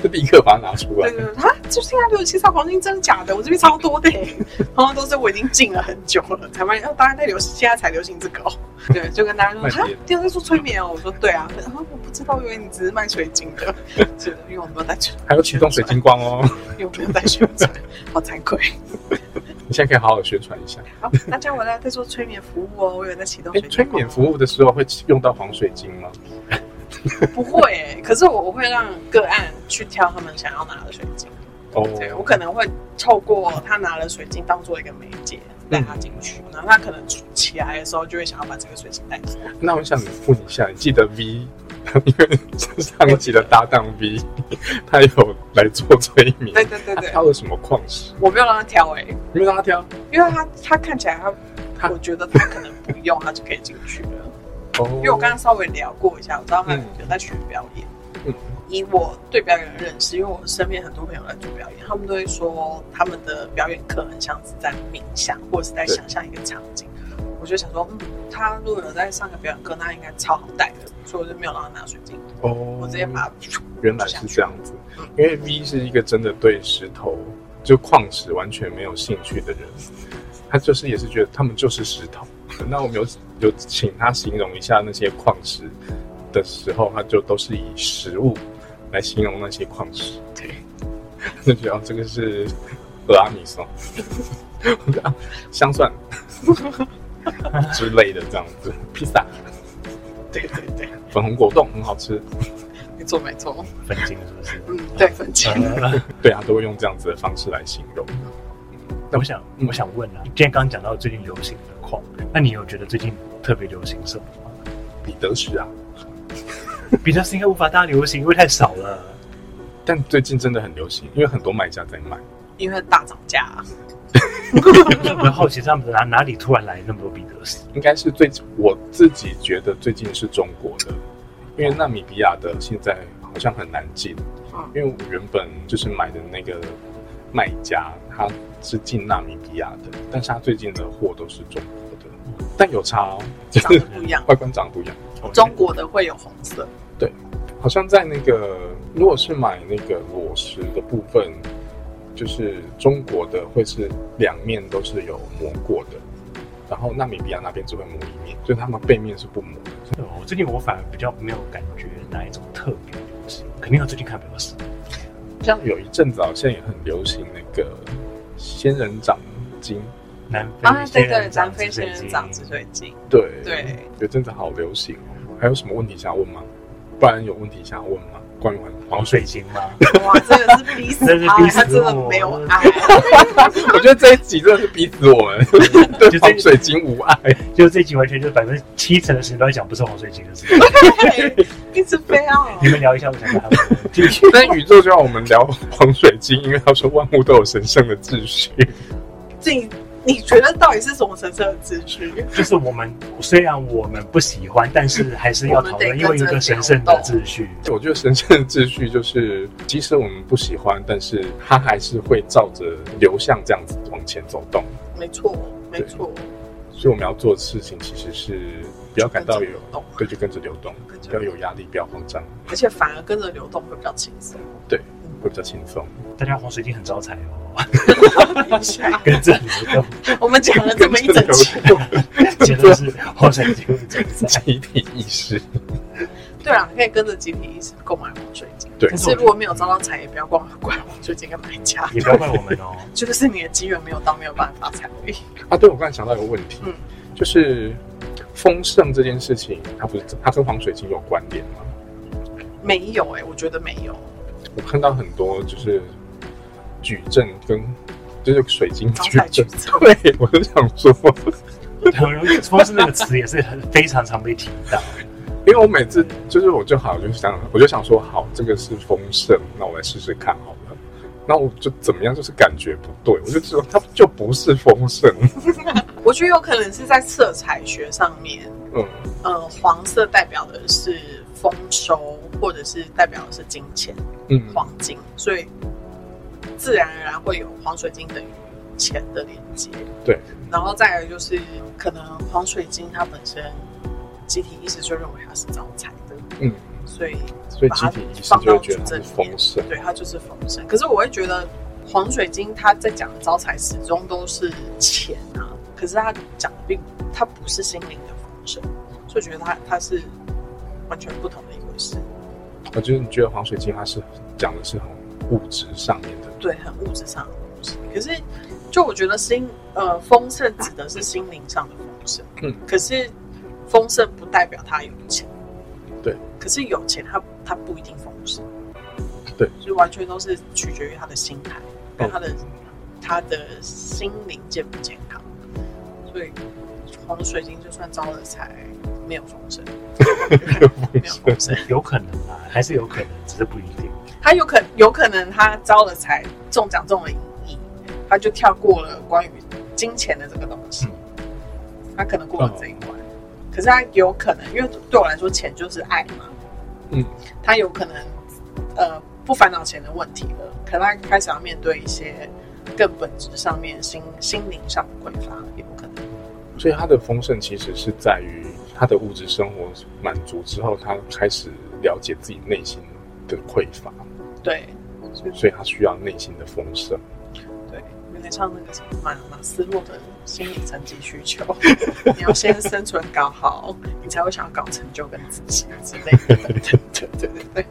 就立刻把它拿出来
对。对对，哈，就是现在流行七黄金，真的假的？我这边超多的、 欸，通常都是我已经进了很久了，才发现哦，大家在流行，现在才流行这个哦。对，就跟大家说，哈，店在做催眠哦。我说对啊，然后我不知道，以为你只是卖水晶的， 是的因为我没有带去，
还有启动水晶光 哦，
因为我没有带宣传，好惭愧。
你现在可以好好宣传一下。
好，大家我在在做催眠服务哦，我有在启动
哎
水，晶
催眠服务的时候会用到黄水晶吗？
不会、欸，可是我我会让个案去挑他们想要拿的水晶。
哦，
对我可能会透过他拿了水晶当做一个媒介带他进去，然后他可能起来的时候就会想要把这个水晶带走。
那我想问一下，你记得 V，因 为上一集的搭档 V，他 有来做催眠，
对对对
他
对，
挑了什么矿石？
我没有让他挑哎、
你没有让他挑
因为他他看起来他。
他
我觉得他可能不用，他就可以进去了。
哦，
因为我刚刚稍微聊过一下，我知道他
嗯
有在学表演。
嗯
以我对表演的认识，因为我身边很多朋友在做表演，他们都会说他们的表演课很像是在冥想，或者是在
对
想象一个场景。我就想说，嗯，他如果有在上个表演课，那应该超好带的，所以我就没有让他拿水晶，
哦，
我直接把
原来是这样子，因为 V 是一个真的对石头就矿石完全没有兴趣的人，他就是也是觉得他们就是石头。那我们有有请他形容一下那些矿石的时候，他就都是以食物来形容那些矿石。
对，
就觉得哦这个是俄阿米松，啊香 蒜之类的这样子，披萨、
对对对，
粉红果冻很好吃，
没错没错，
分金是不是？
嗯， 对，分清。
呃
对啊，都会用这样子的方式来形容。
那我想，我想问啊，今天刚讲到最近流行的矿，那你有觉得最近特别流行什么吗？
彼得石啊，
比较是应该无法大家流行，因为太少了。
但最近真的很流行，因为很多买家在卖。
因为大涨价、啊
我很好奇他们哪哪里突然来那么多彼得斯？
应该是最我自己觉得最近是中国的，因为纳米比亚的现在好像很难进，
嗯
因为我原本就是买的那个卖家他是进纳米比亚的，但是他最近的货都是中国的，但有差哦，
长得不一样。
外观长得不一样。
中国的会有红色，
好像在那个，如果是买那个裸石的部分，就是中国的会是两面都是有磨过的，然后纳米比亚那边只会磨一面，就是他们背面是不磨的。
对我最近我反而比较没有感觉哪一种特别流行，肯定我最近看比较少。
像有一阵子好像也很流行那个仙人掌巾，
南
啊，
非
对对，
仙人
南
掌
非仙人掌紫
之
水晶，
对
对，
有一阵子好流行哦。还有什么问题想要问吗？不然有问题想要问吗？关于黄
黄
黄水
水 晶 嘛，
哇，真的是逼死
真是
他，
逼死
他真的
我
没有爱，
晶，我觉得这一集真的是逼死我们，对黄水晶无爱。
就是这一集完全就是百分之七成的时间都在讲不是黄水晶的 事情。
对一直啊非要
你们聊一下，我想看他们的继续。
但宇宙就让我们聊黄水晶，因为他说万物都有神圣的秩序。
进。你觉得到底是什么神圣的秩序？
就是我们虽然我们不喜欢，但是还是要讨
我们
论，
得
因为有一个神圣的 秩序。
我觉得神圣的秩序就是，即使我们不喜欢，但是它还是会照着流向这样子往前走动。
没错，没错，
所以我们要做的事情其实是不要感到有
就跟着流动
对，就跟着流动，不要有压力，不要慌张，
而且反而跟着流动会比较轻松。
会比较轻松。
大家黄水晶很招财哦，
等一下
跟这里流动，
我们讲了这么一整期，
结论是黄水晶很招 财。
集体意识，
对啊，可以跟着集体意识购买黄水晶。
对
但是如果没有招到财，也不要光怪黄水晶跟买家，
也不要怪我们哦，
就是你的机缘没有到，没有办法发财而已。
啊，对我刚才想到一个问题，
嗯
就是丰盛这件事情，它不是它跟黄水晶有关联吗？
没有哎、我觉得没有。
我看到很多就是矩阵跟就是水晶
招
矩
财矩
阵，
阵
对我就想说，
很容易“丰盛”这个词也是很非常常被提到。
因为我每次就是我就好就想我就想说好，这个是丰盛，那我来试试看好了。那我就怎么样，就是感觉不对，我就知道它就不是丰盛。
我觉得有可能是在色彩学上面，
嗯，
呃，黄色代表的是丰收，或者是代表的是金钱、
嗯，
黄金，所以自然而然会有黄水晶等于钱的连接。
对，
然后再来就是，可能黄水晶它本身集体意识就认为它是招财的，
嗯，
所以
所以集体意识就会觉得它是丰盛。
对它就是丰盛。可是我会觉得黄水晶它在讲的招财始终都是钱啊，可是它讲的并它不是心灵的丰盛，所以觉得它它是完全不同的一回事。
我觉得你觉得黄水晶它是讲的是很物质上面的，
对，很物质上的东西。可是，就我觉得心呃丰盛指的是心灵上的丰盛，
嗯，
可是丰盛不代表他有钱，
对。
可是有钱他他不一定丰盛，
对，
就完全都是取决于他的心态跟
嗯
他的、他的心灵健不健康。所以黄水晶就算招了财，没有丰盛，没有丰盛。
有可能啊，还是有可能，只是不一定。
他有可有可能他招了财，中奖中了一亿，他就跳过了关于金钱的这个东西，他可能过了这一关。可是他有可能，因为对我来说，钱就是爱嘛，
嗯，
他有可能呃不烦恼钱的问题了，可能他开始要面对一些更本质上面心心灵上的匮乏，有可能。
所以它的丰盛其实是在于他的物质生活满足之后，他开始了解自己内心的匮乏，
对，
所以他需要内心的丰盛。
对，有点像那个什么马马斯洛的心理层级需 求，你要先生存搞好，你才会想要搞成就跟自己之类 的。对对对对对，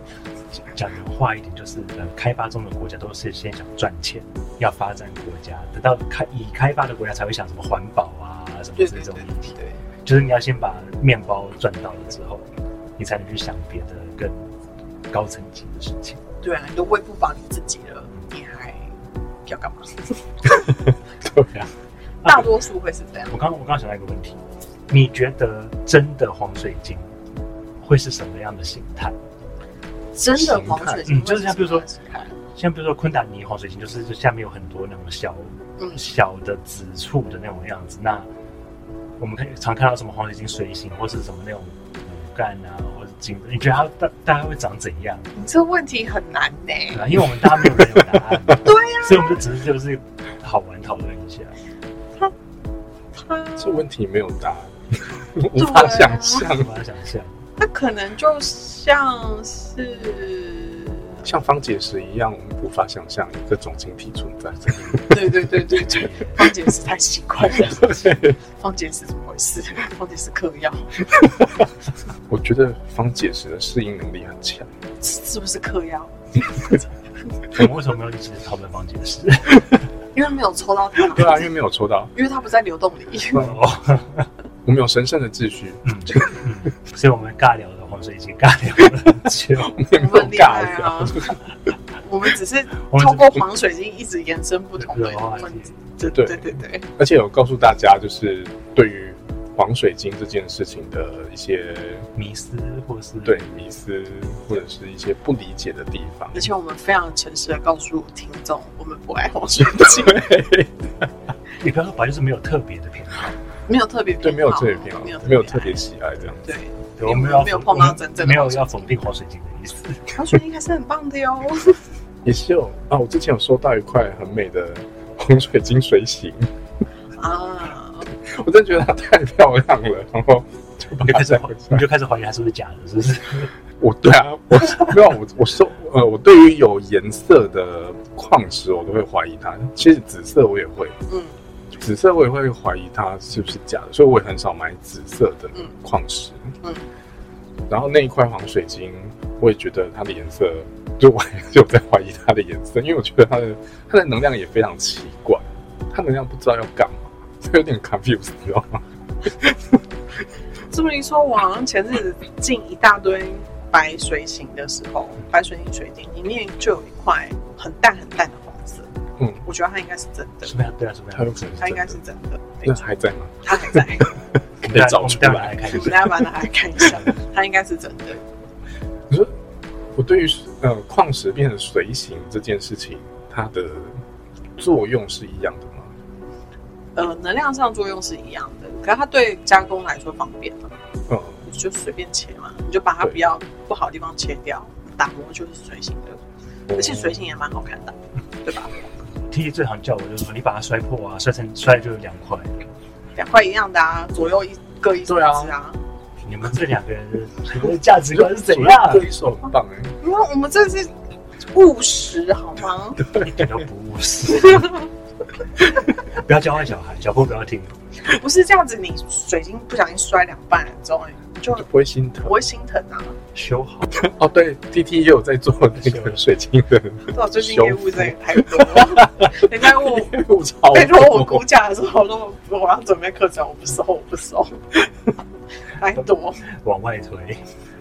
讲人话一点，就是呃，开发中的国家都是先想赚钱，要发展国家，等到开已开发的国家才会想什么环保啊，什么
对
这
对对
种
对
议题。
对，
就是你要先把面包赚到了之后，你才能去想别的更高层级的事情。
对啊，你都喂不饱你自己了，你还要干嘛？
对啊，
大多数会是这样。
我刚我刚刚想到一个问题，你觉得真的黄水晶会是什么样的形态？
真的黄水晶
嗯就是像比如说
会是什么样子
像比如说昆达尼黄水晶，就是就下面有很多那种小
嗯，
小的紫触的那种样子。那我们看常看到什么黄水晶水形，或是什么那种骨干啊，或者金，你觉得它大大概会长怎样？
你这问题很难呢、
对啊吧因为我们大家没有人有答案，对啊呀、所以我们就只是就是好玩讨论一下。
它啊
这问题没有答案， 无法想象，
无法想象。
那可能就像是
像方解石一样，我们无法想象一个种晶体存在。
对对对对对，方解石太奇怪了， 方解石怎么回事？方解石嗑药
我觉得方解石的适应能力很强。
是是不是嗑药？
我们为什么没有一直讨论方解释？
因为没有抽到它，
对啊，因为没有抽到，
因为它不在流动里。
哦，
我们有神圣的秩序，
嗯嗯，所以我们尬聊的黄水已经尬聊了很久。
我
我们很厉害啊！我们只是
我们
透过黄水晶一直延伸不同的
这个话题
问题。对
对
对对对，
而且有告诉大家，就是对于黄水晶这件事情的一些
迷思或是
对迷思，或者是一些不理解的地方。
而且我们非常诚实的告诉听众，我们不爱黄水晶，
对
你不要说白，就是没有特别的偏好。
没有特别偏
对，
好
没有特别偏好
没有，
没有特
偏
别喜爱这样。
对。
对
我
我
们
们要
没有
否
碰到
我们
真正的
没有
黄水
要
晶
否定黄水晶的意思。
黄水晶还是很棒的 哟。
也是有啊，我之前有收到一块很美的红水晶水洗，
啊，
我真的觉得它太漂亮了，然后就把
你就
它
开始
带
怀
回家
你。就开始怀疑它是不是假的，是 不是？
我对啊，我没有我我收呃，我对于有颜色的矿石我都会怀疑它，其实紫色我也会。
嗯，
紫色我也会怀疑它是不是假的，所以我也很少买紫色的
嗯
矿石。
嗯
然后那一块黄水晶，我也觉得它的颜色，就我也就在怀疑它的颜色，因为我觉得它的它的能量也非常奇怪，它能量不知道要干嘛，这有点 confused，你知道吗？
这么一说，我好像前阵子进一大堆白水晶的时候，白水晶水晶里面就有一块很淡很淡的黄色。
嗯，
我觉得它应该是真的
什，么样？对啊，什么
它有
样？
可能
它应该
真
是
的
真的，没
那
错，
还在吗？
它还在。
我们待会
找
我
出
们待会
来
来看
我
一
们
下。
大家把它拿来看一下，它应该是真的。
你说我对于呃矿石变成随形这件事情，它的作用是一样的吗？
呃，能量上作用是一样的，可是它对加工来说方便了，
嗯，
你就随便切嘛，你就把它
对
不要不好的地方切掉，打磨就是随形的，而且随形也蛮好看的，对吧？
T T 最常叫我就是说，你把它摔破啊，摔成摔就有两块。
两块一样的啊，左右一各一只
对啊
啊。
你们这两个人的你们的价值观是怎
左 右
样？
各一手很棒哎、
因为我们这是务实好吗？
一点都不务实。不要教坏小孩，小朋友不要听。
不是这样子，你水晶不小心摔两半之后，你就
就不会心疼
不。会心疼啊。
修好，
哦，对，T T 也有在做那个水晶的，
对我最近业务真的太 多了，人家问我。
哎我超
拜托我估价的时候，我都我要准备课程，我不收，我不 收，来躲。
往外推。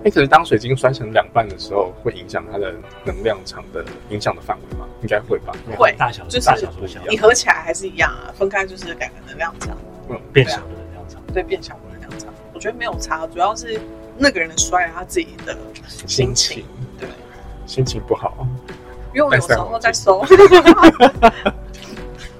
哎，可是当水晶摔成两半的时候，会影响它的能量场的影响的范围吗？应该会吧。
会
大小
就是
大小缩小，
你合起来还是一样啊，分开就是两个能量场，
变小的能量场。
对，变小的能量场。我觉得没有差，主要是那个人的衰，他自己的心情，对。
心情不好，
因为我有时候在收，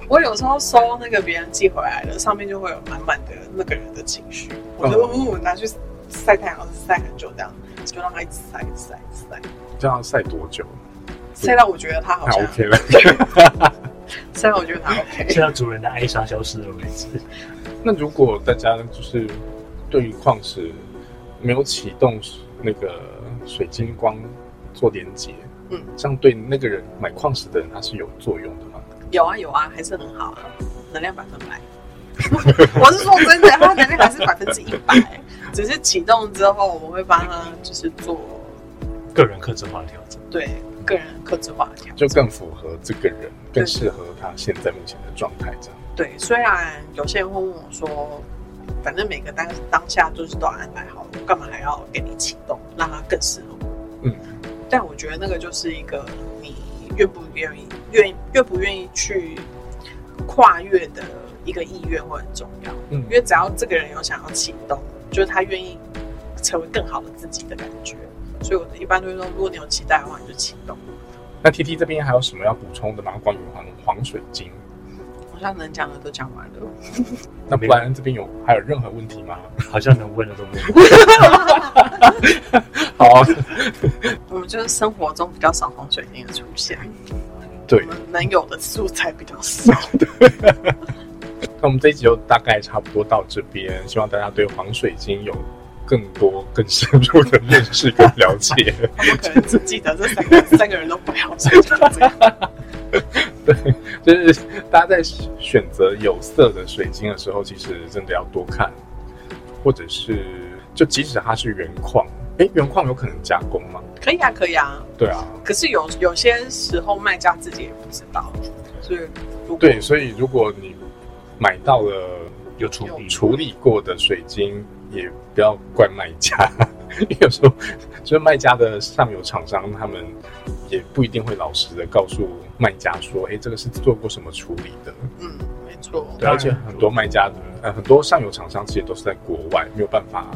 我有时候收那个别人寄回来的，上面就会有满满的那个人的情绪，我就
嗯
呜、拿去晒太阳，晒很久这样，就让他一直晒，一直晒，一直晒，
这样晒多久？
晒到我觉得他好
那
像，
OK 了。
晒到我觉得他 OK
直。到主人的哀伤消失了为止。
那如果大家就是对于矿石没有启动那个水晶光做连接，
嗯，
这样对那个人买矿石的人他是有作用的吗？
有啊有啊，还是很好啊，能量百分百。我是说真的，他能量还是百分之一百，只是启动之后，我会帮他就是做
个人克制化调整，
对个人克制化的调整。
就更符合这个人，更适合他现在目前的状态这样。
对，虽然有些人会问我说，反正每个当当下就是都安排好了，我干嘛还要给你启动，让它更适合我？
嗯，
但我觉得那个就是一个你愿不愿意、愿意愿不愿意去跨越的一个意愿会很重要。
嗯
因为只要这个人有想要启动，就是他愿意成为更好的自己的感觉，所以我一般都会说，如果你有期待的话，你就启动。
那 T T 这边还有什么要补充的吗？关于黄黄水晶？
好像能讲的都讲完了。
那布莱恩这边有还有任何问题吗？
好像能问的都没有。
好，啊
我们就是生活中比较少黄水晶的出现，
对
我，们能有的素材比较少。
那我们这一集就大概差不多到这边，希望大家对黄水晶有更多、更深入的认识跟了 解。
他们可能只记得这三个三个人都不要， 所以就这样。
对，就是大家在选择有色的水晶的时候，其实真的要多看，或者是就即使它是原矿，诶，原矿有可能加工吗？
可以啊，可以啊。
对啊，
可是有有些时候卖家自己也不知道，所以如果
对，所以如果你买到了
有处理
处理过的水晶，也不要怪卖家， 因为有时候就是卖家的上游厂商，他们也不一定会老实的告诉卖家说，诶，这个是做过什么处理的。
嗯，没错，
对啊
而且很多卖家，呃，很多上游厂商其实都是在国外，没有办法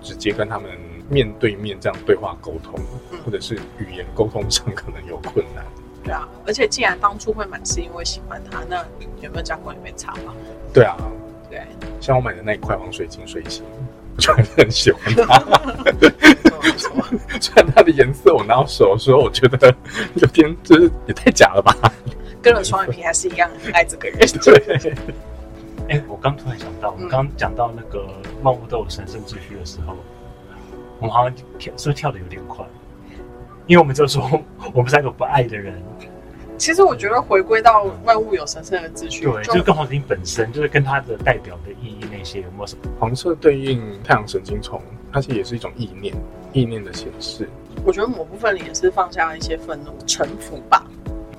直接跟他们面对面这样对话沟通
嗯，
或者是语言沟通上可能有困难。
对啊。而且既然当初会买是因为喜欢它，那有没有加工也没差嘛。
对啊，
对，
像我买的那一块黄水晶水晶，我就还是很喜欢它。
没错没 错。
虽然它的颜色我拿到手的时候，我觉得有点就是也太假了吧？
跟了双眼皮还是一样很爱这个人。
对，
哎、我刚突然想到，我
嗯
们刚讲到那个万物都有神圣秩序的时候，我们好像跳是不是跳的有点快？因为我们就说 我们三个不爱的人，
其实我觉得回归到万物有神圣的秩序，
对，就是跟黄金本身，就是跟它的代表的意义那些有没有什么？
黄色对应太阳神经丛，它其实也是一种意念，意念的显示。
我觉得某部分里也是放下了一些愤怒、臣服吧。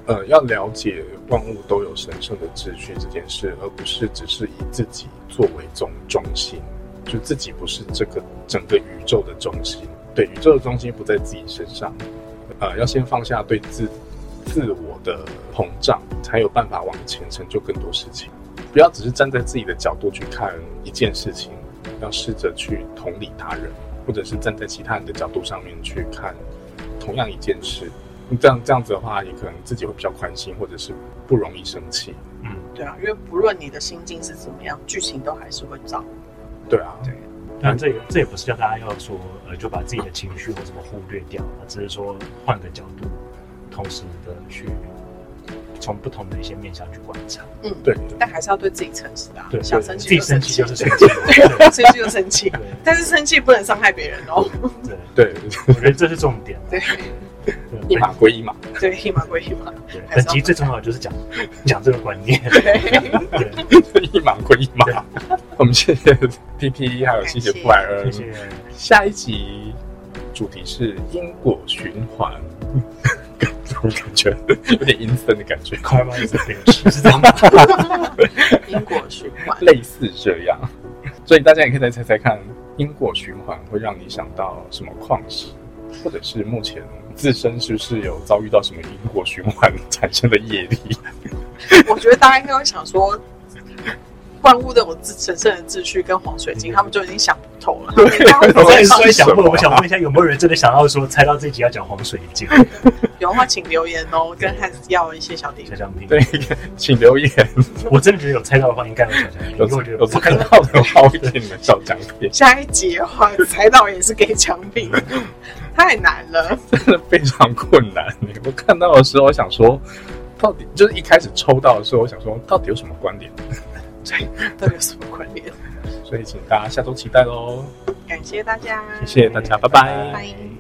呃，要了解万物都有神圣的秩序这件事，而不是只是以自己作为中中心，就自己不是这个整个宇宙的中心。对，宇宙的中心不在自己身上，呃，要先放下对自自我的膨胀，才有办法往前成就更多事情。不要只是站在自己的角度去看一件事情，要试着去同理他人，或者是站在其他人的角度上面去看同样一件事。这样这样子的话，你可能自己会比较宽心，或者是不容易生气。
嗯，
对啊，因为不论你的心境是怎么样，剧情都还是会照。
对啊，
对
但这也这也不是叫大家要说呃就把自己的情绪或什么忽略掉，啊只是说换个角度，同时的去从不同的一些面向去观察。
嗯，
对，
但还是要对自己诚实啊。
对，
想
对
生
自
气就
己
生
生气
气
就，是生气。
生
对
气就 生气，但是生气不能伤害别人哦。
对，
对，
我觉得这是重点。
对
一
对
码归一码。
对，一码归一码。
对，
还
本
是要
集最重要的就是讲讲这个观念。
对，
对，
一码归一码。我们谢谢 P P，还有谢谢布莱
谢
恩。
谢。
下一集主题是因果循环， 我感觉有点阴森的感觉，
Karma is a bitch，是这样吗？
因果循环。
类似这样。所以大家也可以再猜猜看，因果循环会让你想到什么矿石，或者是目前自身是不是有遭遇到什么因果循环产生的业力？
我觉得大家应该会想说，万物都有自神圣的秩序跟黄水晶，他们就已经想不透了。他们应该会
对
我
怎
也
么
是在
样
想问，我想问一下，有没有人真的想要说猜到这集要讲黄水晶？
有的话请留言哦，跟汉斯要一些小礼物
小。香槟，
对，请留言。
我真的觉得有猜到的话，应该有小香槟，因
有
为我觉得
有
不
猜
可能。
到的话，我会给你们小奖品，
下一集的话， 猜到也是给奖品，太难了。
真的非常困难。欸我看到的时候，我想说，到底就是一开始抽到的时候，我想说，到底有什么关联？
都有什么关联？
所以请大家下周期待喽，
感谢大家，
谢谢大家，拜拜
拜拜